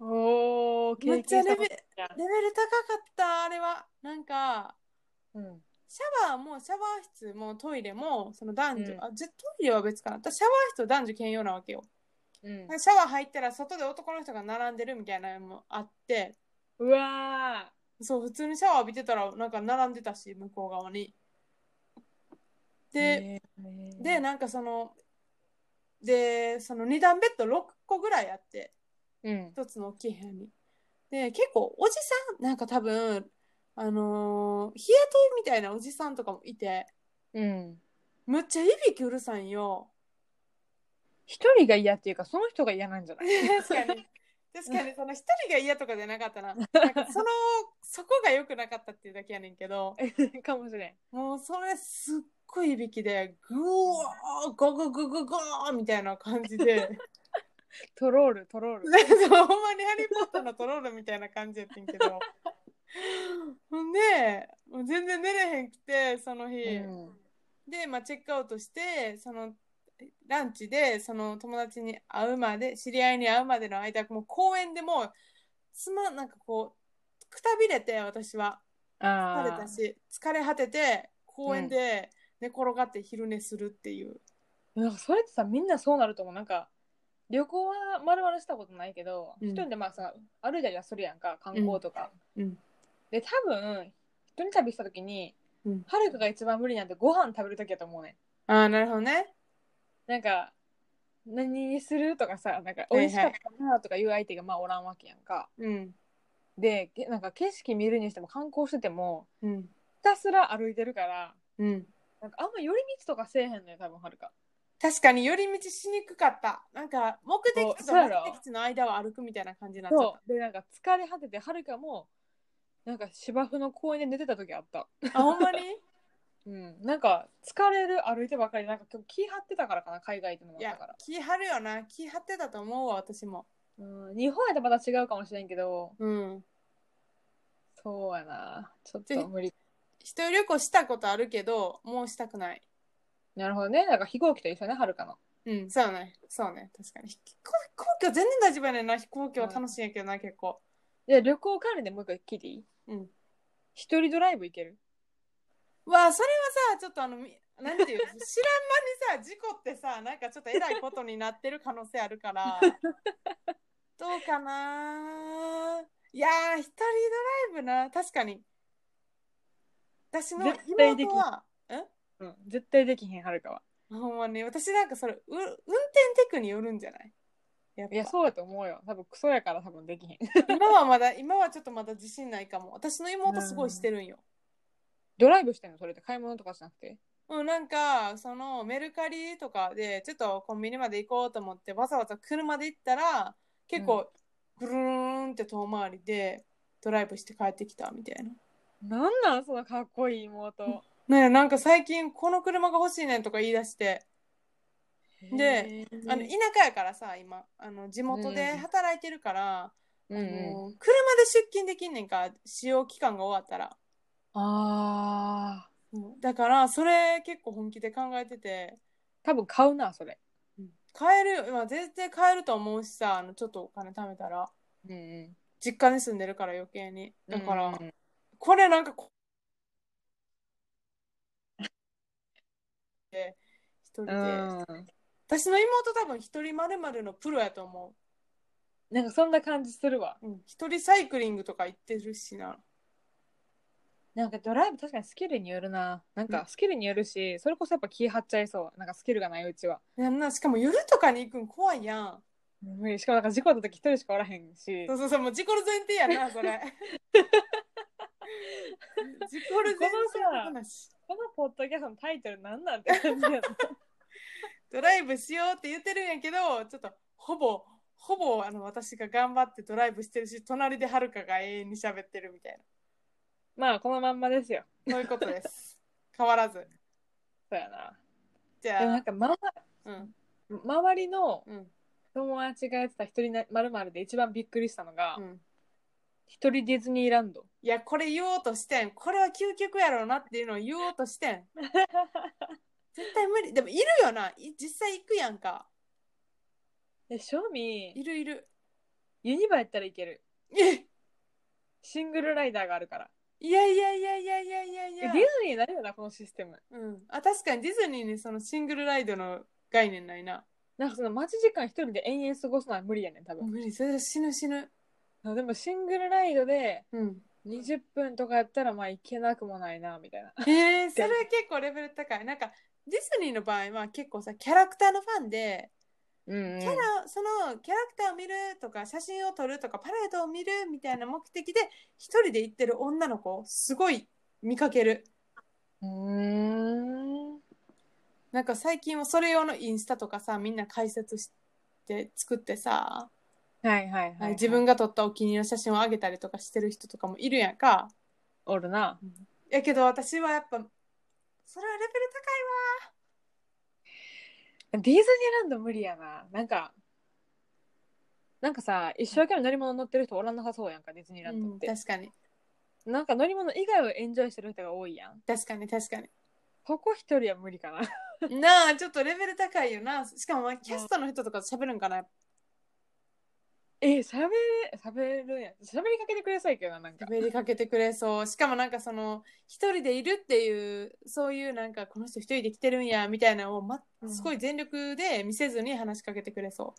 [SPEAKER 2] おお
[SPEAKER 1] めっちゃレベ
[SPEAKER 2] こ
[SPEAKER 1] レベ
[SPEAKER 2] と
[SPEAKER 1] ル高かったあれはなんか
[SPEAKER 2] うん
[SPEAKER 1] シャワーもシャワー室もトイレもその男女、
[SPEAKER 2] うん
[SPEAKER 1] あじゃトイレは別かなただシャワー室は男女兼用なわけよ
[SPEAKER 2] うん
[SPEAKER 1] シャワー入ったら外で男の人が並んでるみたいなのもあって
[SPEAKER 2] うわ
[SPEAKER 1] そう普通にシャワー浴びてたらなんか並んでたし向こう側に
[SPEAKER 2] ー
[SPEAKER 1] で、
[SPEAKER 2] へー
[SPEAKER 1] でなんかそのでその2段ベッド6個ぐらいあって
[SPEAKER 2] うん
[SPEAKER 1] 一つの大きい部屋にで結構おじさんなんか多分あのー日雇いみたいなおじさんとかもいて
[SPEAKER 2] うん
[SPEAKER 1] むっちゃいびきうるさいんよ
[SPEAKER 2] 一人が嫌っていうかその人が嫌なんじゃない
[SPEAKER 1] 確かに [laughs] 確かにその一人が嫌とかじゃなかったななんかその [laughs] そこが良くなかったっていうだけやねんけど [laughs]
[SPEAKER 2] かもしれん
[SPEAKER 1] もうそれすっごいいびきでグワーゴゴゴゴゴーみたいな感じで
[SPEAKER 2] トロールトロール
[SPEAKER 1] ね [laughs] そうほんまに「ハリー・ポッター」のトロールみたいな感じやってんけ
[SPEAKER 2] [laughs]
[SPEAKER 1] どほんでもう全然寝れへんくてその日、
[SPEAKER 2] うん
[SPEAKER 1] で、まあ、チェックアウトしてそのランチでその友達に会うまで知り合いに会うまでの間もう公園でもうつまなんかこうくたびれて私は疲れ
[SPEAKER 2] あ
[SPEAKER 1] た
[SPEAKER 2] ー
[SPEAKER 1] し疲れ果てて公園で寝転がって昼寝するっていう、
[SPEAKER 2] なんかそれってさみんなそうなると思うなんか旅行はまるまるしたことないけど、
[SPEAKER 1] うん
[SPEAKER 2] 一人でまあさ歩いたりはするやんか観光とか、
[SPEAKER 1] うん
[SPEAKER 2] で多分一人旅した時に、
[SPEAKER 1] うん
[SPEAKER 2] はるかが一番無理なんてご飯食べる時やと思うね
[SPEAKER 1] ああなるほどね
[SPEAKER 2] んなんか何にするとかさなんか
[SPEAKER 1] いはい
[SPEAKER 2] 美味しかったなとかいう相手がまあおらんわけやんか、
[SPEAKER 1] うん
[SPEAKER 2] でけなんか景色見るにしても観光してても
[SPEAKER 1] うん
[SPEAKER 2] ひたすら歩いてるから
[SPEAKER 1] うん
[SPEAKER 2] なんかあんま寄り道とかせえへんのよ多分はるか
[SPEAKER 1] 確かに寄り道しにくかったなんか目的地と
[SPEAKER 2] そうやろ
[SPEAKER 1] 目的地の間を歩くみたいな感じになっちゃっ
[SPEAKER 2] そうでなんか疲れ果ててはるかもなんか芝生の公園で寝てた時あった
[SPEAKER 1] [laughs] たあほん
[SPEAKER 2] [laughs]
[SPEAKER 1] まに
[SPEAKER 2] うんなんか疲れる歩いてばかりでなんか今日気張ってたからかな海外ってのも
[SPEAKER 1] い
[SPEAKER 2] あった
[SPEAKER 1] や
[SPEAKER 2] から
[SPEAKER 1] 気張るよな気張ってたと思うわ私も
[SPEAKER 2] うん日本やとまた違うかもしれんけど
[SPEAKER 1] うん
[SPEAKER 2] そうやなちょっ
[SPEAKER 1] ぜひ
[SPEAKER 2] と無理
[SPEAKER 1] 一人旅行したことあるけどもうしたくない
[SPEAKER 2] なるほどねなんか飛行機と一緒ねはるかの
[SPEAKER 1] うんそうねそうね確かに飛行飛行機は全然大丈夫やねんな飛行機は楽しいんやけどな、結構
[SPEAKER 2] で旅行関連でもう一回聞いていい
[SPEAKER 1] うん
[SPEAKER 2] 一人ドライブ行ける
[SPEAKER 1] わあそれはさちょっとあのみなんていう知らん間にさ事故ってさなんかちょっとえらいことになってる可能性あるから
[SPEAKER 2] [laughs]
[SPEAKER 1] どうかないやー一人ドライブな確かに私の
[SPEAKER 2] 絶対でき
[SPEAKER 1] 妹は
[SPEAKER 2] うん絶対できへんはるかは
[SPEAKER 1] ほんまに私なんかそれう運転テクによるんじゃないやっぱ
[SPEAKER 2] いやそうやと思うよ多分クソやから多分できへん [laughs]
[SPEAKER 1] 今はまだ今はちょっとまだ自信ないかも私の妹すごいしてるんよ、
[SPEAKER 2] ドライブしてんのそれって買い物とかしなくて
[SPEAKER 1] うん、なんかそのメルカリとかでちょっとコンビニまで行こうと思ってわざわざ車で行ったら結構ぐるーんって遠回りでドライブして帰ってきたみたいな。
[SPEAKER 2] なんなんそのかっこいい妹
[SPEAKER 1] ねえなんか最近この車が欲しいねんとか言い出してで
[SPEAKER 2] へー
[SPEAKER 1] あの田舎やからさ今あの地元で
[SPEAKER 2] うん
[SPEAKER 1] 働いてるから、
[SPEAKER 2] うん
[SPEAKER 1] あ
[SPEAKER 2] うん
[SPEAKER 1] の車で出勤できんねんか使用期間が終わったら。
[SPEAKER 2] あ
[SPEAKER 1] うんだからそれ結構本気で考えてて。
[SPEAKER 2] ー多分買うなそれ
[SPEAKER 1] 買えるよ、まあ、全然買えると思うしさあのちょっとお金貯めたら
[SPEAKER 2] うんうん
[SPEAKER 1] 実家に住んでるから余計にだから、
[SPEAKER 2] うんうん
[SPEAKER 1] これなんかこで一人で、
[SPEAKER 2] うん
[SPEAKER 1] 私の妹多分一人まるまるのプロやと思
[SPEAKER 2] なんかそんな感じするわ
[SPEAKER 1] う、うん、一人サイクリングとか行ってるしな
[SPEAKER 2] なんかドライブ確かにスキルによるななん
[SPEAKER 1] う
[SPEAKER 2] かスキルによるしそれこそやっぱ気張っちゃいそうなんかスキルがないうちは
[SPEAKER 1] なんなしかも夜とかに行くん怖いやん
[SPEAKER 2] 無理しかもなんか事故った時一人しかおらへんし
[SPEAKER 1] そうそうそうもう事故る前提やなそ
[SPEAKER 2] [laughs]
[SPEAKER 1] れ事故る前提の話
[SPEAKER 2] このポッドキャストのタイトルなんなんて感じやな
[SPEAKER 1] ドライブしようって言ってるんやけど、ちょっとほぼ、ほぼあの私が頑張ってドライブしてるし、隣ではるかが永遠に喋ってるみたい
[SPEAKER 2] まあこのまんまですよ [laughs]
[SPEAKER 1] な。そういうことです。変わらず。
[SPEAKER 2] そうやな。
[SPEAKER 1] じ
[SPEAKER 2] でもな
[SPEAKER 1] ゃ
[SPEAKER 2] んか、ま、
[SPEAKER 1] あ、うん。
[SPEAKER 2] 周りの
[SPEAKER 1] うん。
[SPEAKER 2] 友達がやってた一人なまるまるで一番びっくりしたのが、
[SPEAKER 1] うん。
[SPEAKER 2] 一人ディズニーランド。
[SPEAKER 1] いや、これ言おうとしてん。これは究極やろうなっていうのを言おうとしてん。
[SPEAKER 2] [laughs]
[SPEAKER 1] 絶対無理。でも、いるよな。い実際行くやんか。
[SPEAKER 2] え、正味、
[SPEAKER 1] いるいる。 [laughs]
[SPEAKER 2] ユニバやったらいける。
[SPEAKER 1] え
[SPEAKER 2] シングルライダーがあるから。
[SPEAKER 1] いやいやいやいやいやいやい
[SPEAKER 2] えディ
[SPEAKER 1] や
[SPEAKER 2] ズ。ニーなるよな、このシステム。
[SPEAKER 1] うん。あ、確かにディズニーにそのシングルライドの概念ないな。
[SPEAKER 2] なんかその待ち時間一人で延々過ごすのは無理やねん、多分。
[SPEAKER 1] 無理。それで死ぬ死ぬ。
[SPEAKER 2] あでもシングルライドで
[SPEAKER 1] うん。
[SPEAKER 2] 20分とかやったらまあいけなくもないなみたいな。
[SPEAKER 1] えー、それ結構レベル高い。なんか、ディズニーの場合は結構さ、キャラクターのファンで、
[SPEAKER 2] うん、
[SPEAKER 1] キャラそのキャラクターを見るとか写真を撮るとかパレードを見るみたいな目的で一人で行ってる女の子すごい見かける
[SPEAKER 2] うん。
[SPEAKER 1] なんか最近はそれ用のインスタとかさみんな解説して作ってさ、
[SPEAKER 2] はいはいはい。
[SPEAKER 1] 自分が撮ったお気に入りの写真をあげたりとかしてる人とかもいるやんか
[SPEAKER 2] おるな。
[SPEAKER 1] やけど私はやっぱそれはレベル
[SPEAKER 2] ディズニーランド無理やな。なんか、なんかさ、一生懸命乗り物乗ってる人おらなさそうやんか、ディズニーラ
[SPEAKER 1] 高いわ、
[SPEAKER 2] ンドって。
[SPEAKER 1] 確かに
[SPEAKER 2] なんか乗り物以外をエンジョイしてる人が多いやん。
[SPEAKER 1] 確かに確かに
[SPEAKER 2] ここ一人は無理かな。
[SPEAKER 1] なあちょっとレベル高いよなしかもキャストの人とかと喋るんかな
[SPEAKER 2] え、喋れ、喋るやん。喋りかけてくれそうやけどな、なんか。
[SPEAKER 1] 喋りかけてくれそう。しかもなんかその、一人でいるっていう、そういうなんか、この人一人で来てるんや、みたいなのを、ま、
[SPEAKER 2] うん
[SPEAKER 1] すごい全力で見せずに話しかけてくれそ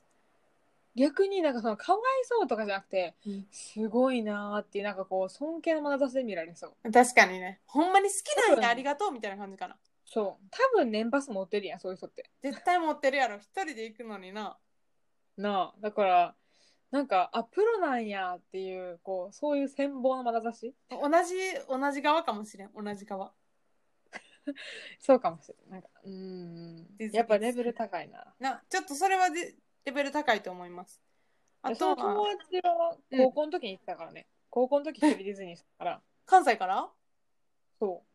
[SPEAKER 2] 逆になんかその、かわいそうとかじゃなくて、
[SPEAKER 1] うん
[SPEAKER 2] すごいなーっていう、なんかこう、尊敬の眼差しで見られそう。
[SPEAKER 1] う。確かにね。ほんまに好き
[SPEAKER 2] 多
[SPEAKER 1] なん
[SPEAKER 2] 分
[SPEAKER 1] や、ありがとう、みたいな感じかな。
[SPEAKER 2] そう。多分年パス持ってるやん、そういう人って。
[SPEAKER 1] 絶対持ってるやろ、一人で行くのにな。
[SPEAKER 2] なあ。だから、なんか、あ、プロなんやっていう、こう、そういう羨望の眼差し
[SPEAKER 1] 同じ、同じ側かもしれん、同じ側。
[SPEAKER 2] そうかもしれない。なんか、うーん。やっぱレベル高いな。
[SPEAKER 1] な、ちょっとそれはでレベル高いと思います。あ
[SPEAKER 2] そ
[SPEAKER 1] と
[SPEAKER 2] の友
[SPEAKER 1] は、
[SPEAKER 2] 達は高校の時に行ってたからね。高校の時一人ディズニーしたから。
[SPEAKER 1] 関西から
[SPEAKER 2] そう。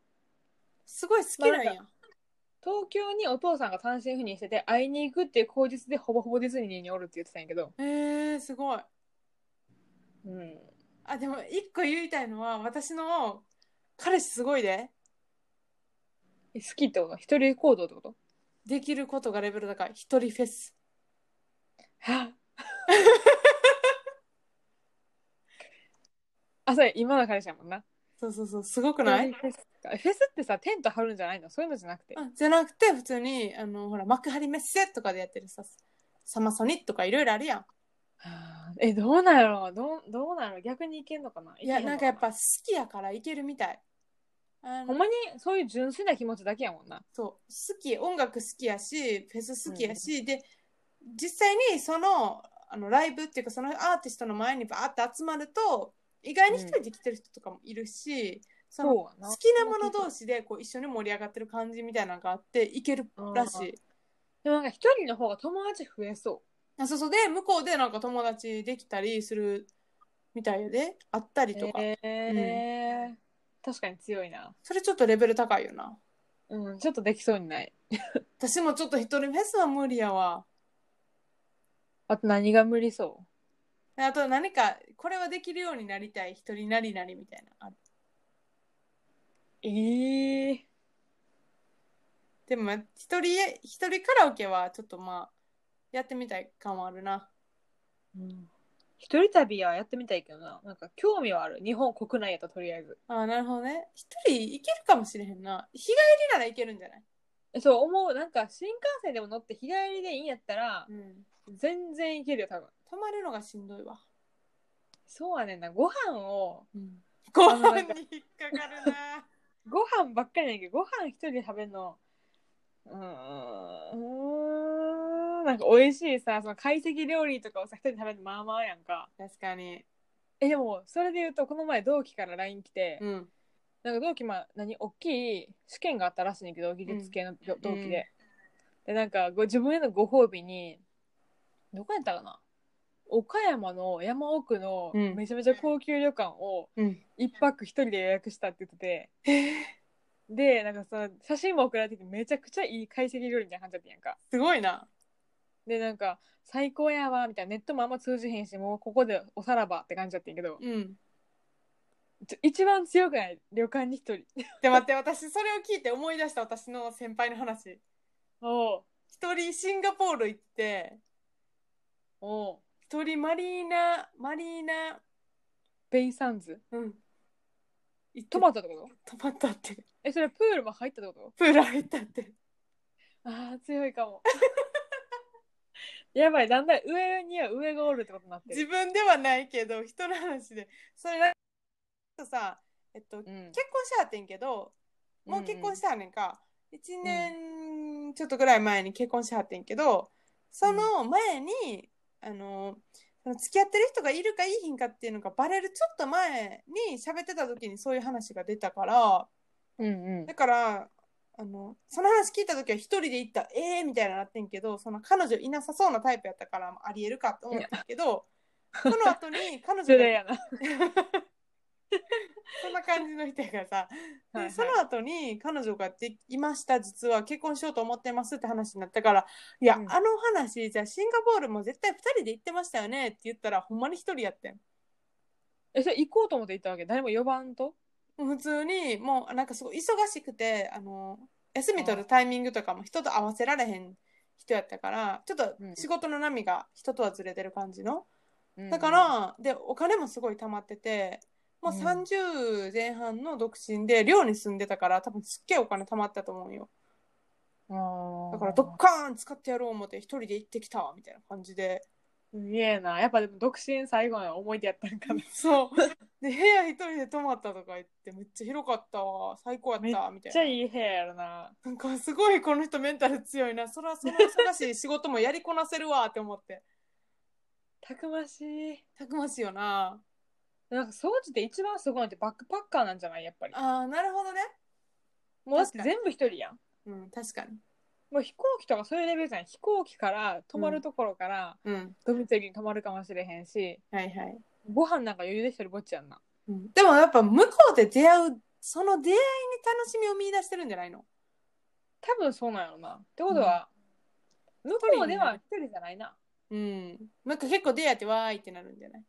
[SPEAKER 1] すごい好きなん
[SPEAKER 2] まあ
[SPEAKER 1] や。
[SPEAKER 2] 東京にお父さんが単身赴任してて会いに行くっていう口実でほぼほぼディズニーにおるって言ってたんやけど、
[SPEAKER 1] へえー、すごい。
[SPEAKER 2] うん、
[SPEAKER 1] あ、でも一個言いたいのは、私の彼氏すごいで。
[SPEAKER 2] え好きってこと一人行動ってこと
[SPEAKER 1] できることがレベル高い。一人フェス。
[SPEAKER 2] はっ [laughs] あそうや今の彼氏やもんな
[SPEAKER 1] そうそうそう、すごくない
[SPEAKER 2] フェスかフェスってさテント張るんじゃないのそういうのじゃなくて
[SPEAKER 1] あじゃなくて、普通に、あの、ほら、幕張メッセとかでやってるさ、サマソニとかいろいろあるや
[SPEAKER 2] はあえどうなんやろうどうどうなんやろう逆に行けんのかない
[SPEAKER 1] ん。いや、
[SPEAKER 2] けの
[SPEAKER 1] なんかやっぱ好きやからいけるみたい。あの
[SPEAKER 2] ほんまにそういう純粋な気持ちだけやもんな
[SPEAKER 1] そう、好き、音楽好きやし、フェス好きやし、で、実際にその、あの、ライブっていうか、そのアーティストの前にバーって集まると、意外に一人で来てる人とかもいるし、その、
[SPEAKER 2] そうやな
[SPEAKER 1] 好きなもの同士でこう一緒に盛り上がってる感じみたいなのがあっていけるらしい。
[SPEAKER 2] でもなんか一人の方が友達増えそ
[SPEAKER 1] あそうそうで向こうでなんか友達できたりするみたいやであったり
[SPEAKER 2] う
[SPEAKER 1] とか、
[SPEAKER 2] へえ確かに強いな
[SPEAKER 1] それちょっとレベル高いよな。
[SPEAKER 2] うん、ちょっとできそうにない。
[SPEAKER 1] 私もちょっと一人フェスは無理やわ。
[SPEAKER 2] あと何が無理そ
[SPEAKER 1] あと何かこれはできるようになりたい一人なりなりみたいなある。
[SPEAKER 2] うええ
[SPEAKER 1] でも一人一人カラオケはちょっとまあやってみたい感はあるな。
[SPEAKER 2] うん。一人旅はやってみたいけどな。なんか興味はある。日本国内やったらとりあえず。
[SPEAKER 1] ああなるほどね。一人いけるかもしれへんな。日帰りならいけるんじゃない、
[SPEAKER 2] えそう思う。なんか新幹線でも乗って日帰りでいいんやったら
[SPEAKER 1] う、ん、
[SPEAKER 2] 全然いけるよ、多分。
[SPEAKER 1] 泊まるのがしんどいわ。
[SPEAKER 2] そうやねんな。ご飯を、
[SPEAKER 1] ご
[SPEAKER 2] あのな
[SPEAKER 1] 飯
[SPEAKER 2] んか
[SPEAKER 1] に引っかかるな。
[SPEAKER 2] ご飯ばっかりなんやけど、ご飯一人で食べるの、うーん、うーんなんか美味しいさ、その懐石料理とかをさ、一人で食べるのまあまあやんか。
[SPEAKER 1] [laughs] 確かに。
[SPEAKER 2] え、でも、それで言うと、この前同期から LINE 来て、
[SPEAKER 1] うん。
[SPEAKER 2] なんか同期まあ何大きい試験があったらしいんだけど技術系の同同期で、でなんかご自分へのご褒美にどこやったかな岡山の山奥の
[SPEAKER 1] うん
[SPEAKER 2] めちゃめちゃ高級旅館を
[SPEAKER 1] うん。
[SPEAKER 2] 一泊一人で予約したって言ってて、で、なんかさ、写真も送られてきて、めちゃくちゃいい懐石料理みたいな感じだったやんか。
[SPEAKER 1] すごいな。
[SPEAKER 2] で、なんか、最高やわ、みたいな、ネットもあんま通じへんし、もうここでおさらばって感じだったんやけど、
[SPEAKER 1] うん。
[SPEAKER 2] ちょ一番強くない旅館に一人。
[SPEAKER 1] で、待って、私、それを聞いて思い出した私の先輩の話。
[SPEAKER 2] おう
[SPEAKER 1] 一人シンガポール行って、
[SPEAKER 2] おう
[SPEAKER 1] 一人マリーナ、マリーナ、
[SPEAKER 2] ベイサンズ。
[SPEAKER 1] うん。行って
[SPEAKER 2] 泊まったってこと
[SPEAKER 1] 泊まったって。
[SPEAKER 2] え、それプールも入ったってこと
[SPEAKER 1] プール入ったって。
[SPEAKER 2] ああ、強いかも。やばい、だんだん上には上がおるってことになって
[SPEAKER 1] 自
[SPEAKER 2] る。
[SPEAKER 1] 分ではないけど、人の話で。それ、とさ、えっと、結
[SPEAKER 2] うん
[SPEAKER 1] 婚しはってんけど、もう結婚したやねんか。一、
[SPEAKER 2] ん
[SPEAKER 1] 年ちょっとぐらい前に結婚しはってんけど、その前に、あの、その付き合ってる人がいるかいいひんかっていうのがバレるちょっと前に喋ってた時にそういう話が出たから、
[SPEAKER 2] うんうん
[SPEAKER 1] だから、あの、その話聞いた時は一人で行った、ええー、みたいななってんけど、その彼女いなさそうなタイプやったからありえるかと思ったけど、その後に彼
[SPEAKER 2] そ
[SPEAKER 1] 女が
[SPEAKER 2] れやな。
[SPEAKER 1] そんな感じの人やからさ。で、
[SPEAKER 2] はいはい
[SPEAKER 1] その後に彼女がでいました、実は結婚しようと思ってますって話になったから、いや、
[SPEAKER 2] うん
[SPEAKER 1] あの話、じゃあシンガポールも絶対2人で行ってましたよねって言ったら、ほんまに1人やってん。
[SPEAKER 2] え、それ行こうと思って行ったわけ誰も呼ばんと
[SPEAKER 1] もう普通に、もうなんかすごい忙しくて、あの、休み取るタイミングとかも人と合わせられへん人やったから、ちょっと仕事の波が人とはずれてる感じの。だか、ら、で、お金もすごい貯まってて、もう
[SPEAKER 2] うん
[SPEAKER 1] 30前半の独身で、寮に住んでたから、多分すっげえお金貯まったと思うよ。
[SPEAKER 2] うん
[SPEAKER 1] だから、ドッカーン使ってやろう思って、一人で行ってきた、みたいな感じで。 [laughs]
[SPEAKER 2] すげえな。やっぱでも独身最後の思い出やったんかな。
[SPEAKER 1] そう。で、部屋一人で泊まったとか言って、めっちゃ広かったわ、最高やった、み
[SPEAKER 2] め
[SPEAKER 1] た
[SPEAKER 2] っ
[SPEAKER 1] い
[SPEAKER 2] ち
[SPEAKER 1] な。
[SPEAKER 2] ゃいい部屋やろな。
[SPEAKER 1] なんか、すごいこの人メンタル強いな。そら、その忙しい仕事もやりこなせるわ、って思って。
[SPEAKER 2] たくましい。
[SPEAKER 1] たくましいよな。
[SPEAKER 2] なんか掃除って一番すごいのってバックパッカーなんじゃないやっぱり。
[SPEAKER 1] ああ、なるほどね。
[SPEAKER 2] もうだって
[SPEAKER 1] 確かに
[SPEAKER 2] 全部一人やん。
[SPEAKER 1] うん、確かに。
[SPEAKER 2] もう飛行機とかそういうレベルじゃない飛行機から泊まるところから、
[SPEAKER 1] うん。
[SPEAKER 2] ドミトリーに泊まるかもしれへんし、
[SPEAKER 1] はいはい。
[SPEAKER 2] ご飯なんか余裕で一人ぼっちやんな。
[SPEAKER 1] うんでもやっぱ向こうで出会うその出会いに楽しみを見出してるんじゃないの
[SPEAKER 2] 多分そうなんやろな。ってことは、向こうでは一人じゃないな。
[SPEAKER 1] うんなんか結構出会ってわーいってなるんじゃない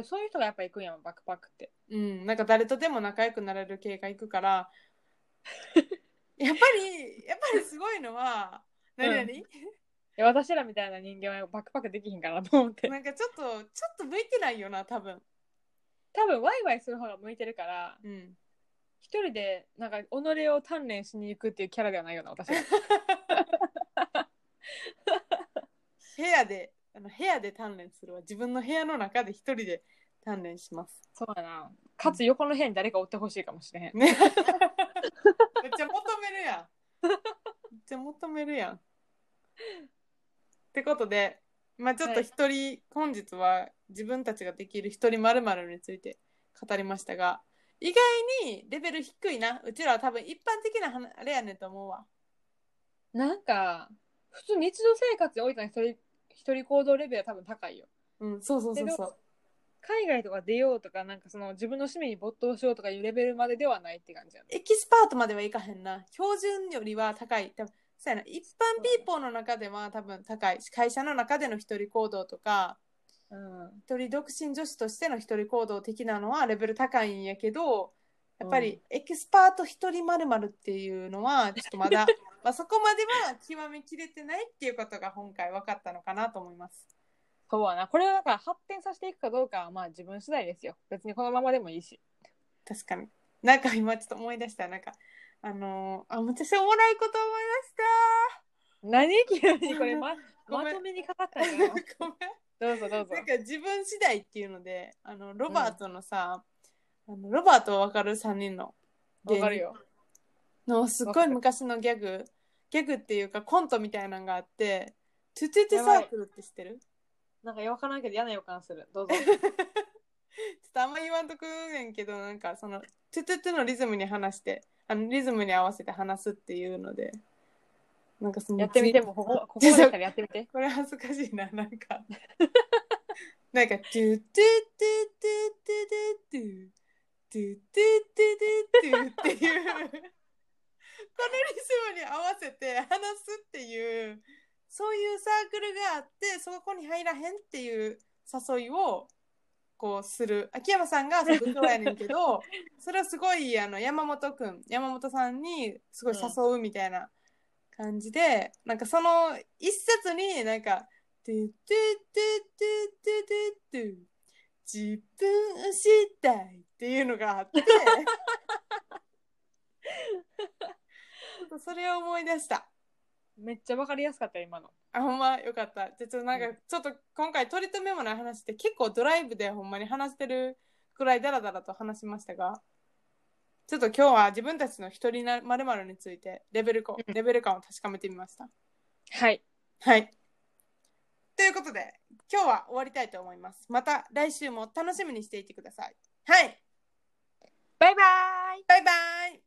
[SPEAKER 2] あそういう人がやっぱ行くんやん、バックパックって。
[SPEAKER 1] うんなんか誰とでも仲良くなれる系がいくからやっぱりやっぱりすごいのは何々、
[SPEAKER 2] いや私らみたいな人間はバックパックできひんかなと思って。
[SPEAKER 1] なんかちょっとちょっと向いてないよな多分
[SPEAKER 2] 多分ワイワイする方が向いてるから、
[SPEAKER 1] うん
[SPEAKER 2] 一人でなんか己を鍛錬しに行くっていうキャラではないよな、
[SPEAKER 1] [laughs]
[SPEAKER 2] 私は。
[SPEAKER 1] 部屋であの部屋で鍛錬するわ自分の部屋の中で一人で鍛錬します
[SPEAKER 2] そうやな。かつ横の部屋に誰かおってほしいかもしれへん。
[SPEAKER 1] [laughs] ね。めっちゃ求めるやん。めっちゃ求めるやん。ってことで、まあちょっと一人、本日は自分たちができる一人まるまるについて語りましたが、意外にレベル低いな。うちらは多分一般的な話あれやねんと思うわ。
[SPEAKER 2] なんか、普通日常生活においての一人、一人行動レベルは多分高いよ。
[SPEAKER 1] うん、そうそうそうそう。
[SPEAKER 2] 海外とか出ようとか、なんかその自分の趣味に没頭しようとかいうレベルまでではないって感じやな。
[SPEAKER 1] エキスパートまではいかへんな。標準よりは高い。多分そうやな。一般ピーポーの中では多分高い。会社の中での一人行動とか、
[SPEAKER 2] うん。
[SPEAKER 1] 一人独身女子としての一人行動的なのはレベル高いんやけどやっぱりエキスパート一人まるまるっていうのはちょっとま
[SPEAKER 2] [laughs]
[SPEAKER 1] だまあそこまでは極めきれてないっていうことが今回分かったのかなと思います。
[SPEAKER 2] そうやな。これをだから発展させていくかどうかはまあ自分次第ですよ。別にこのままでもいいし。
[SPEAKER 1] 確かに。なんか今ちょっと思い出した。なんか、あのーあ、めっちゃしょうもないこと思い
[SPEAKER 2] 何急にこれま、
[SPEAKER 1] [laughs] ご
[SPEAKER 2] ま
[SPEAKER 1] めん
[SPEAKER 2] とめにかかった
[SPEAKER 1] 出
[SPEAKER 2] んだ
[SPEAKER 1] し
[SPEAKER 2] よ
[SPEAKER 1] た。。ごめん。
[SPEAKER 2] どうぞ
[SPEAKER 1] [laughs]
[SPEAKER 2] どうぞ
[SPEAKER 1] な。んか自分次第っていうので、あの、ロバートのさ、あのロバートわかる ?3 人の。
[SPEAKER 2] わかるよ。
[SPEAKER 1] のすっごい昔のギャグギャグっていうかコントみたいなのがあってトゥトゥトゥサークルって知ってる [laughs]
[SPEAKER 2] なんかわからんけど嫌な予感する。どうぞ。
[SPEAKER 1] ちょっとあんま言わんとくねんけどなんかそのトゥトゥトゥのリズムに話してあのリズムに合わせて話すっていうのでなんかその
[SPEAKER 2] [laughs] やってみても、ここ、ここだからやってみて。
[SPEAKER 1] これ恥ずかしい
[SPEAKER 2] [laughs]
[SPEAKER 1] ななんかなんかトゥトゥトゥトゥトゥトゥトゥトゥトゥトゥトゥっていうリズムに合わせて話すっていう、そういうサークルがあって、そこに入らへんっていう誘いを、こうする。秋山さんが部長やねんけど、それをすごい、あの、山本くん、山本さんにすごい誘うみたいな感じで、なんかその一節になんか、ててててててて自分を知りたいっていうのがあって、ちょっとそれを思い出した。
[SPEAKER 2] めっちゃわかりやすかった今の
[SPEAKER 1] あ、ほんまよかった。じゃあちょっとなんか、
[SPEAKER 2] うん
[SPEAKER 1] ちょっと今回取り留めもない話って結構ドライブでほんまに話してるくらいダラダラと話しましたが、ちょっと今日は自分たちの一人なまるについてレベルこ
[SPEAKER 2] うん
[SPEAKER 1] レベル感を確かめてみました。
[SPEAKER 2] はい
[SPEAKER 1] はい。ということで、今日は終わりたいと思います。また来週も楽しみにしていてください。はい。
[SPEAKER 2] バイバイ
[SPEAKER 1] バイバイ。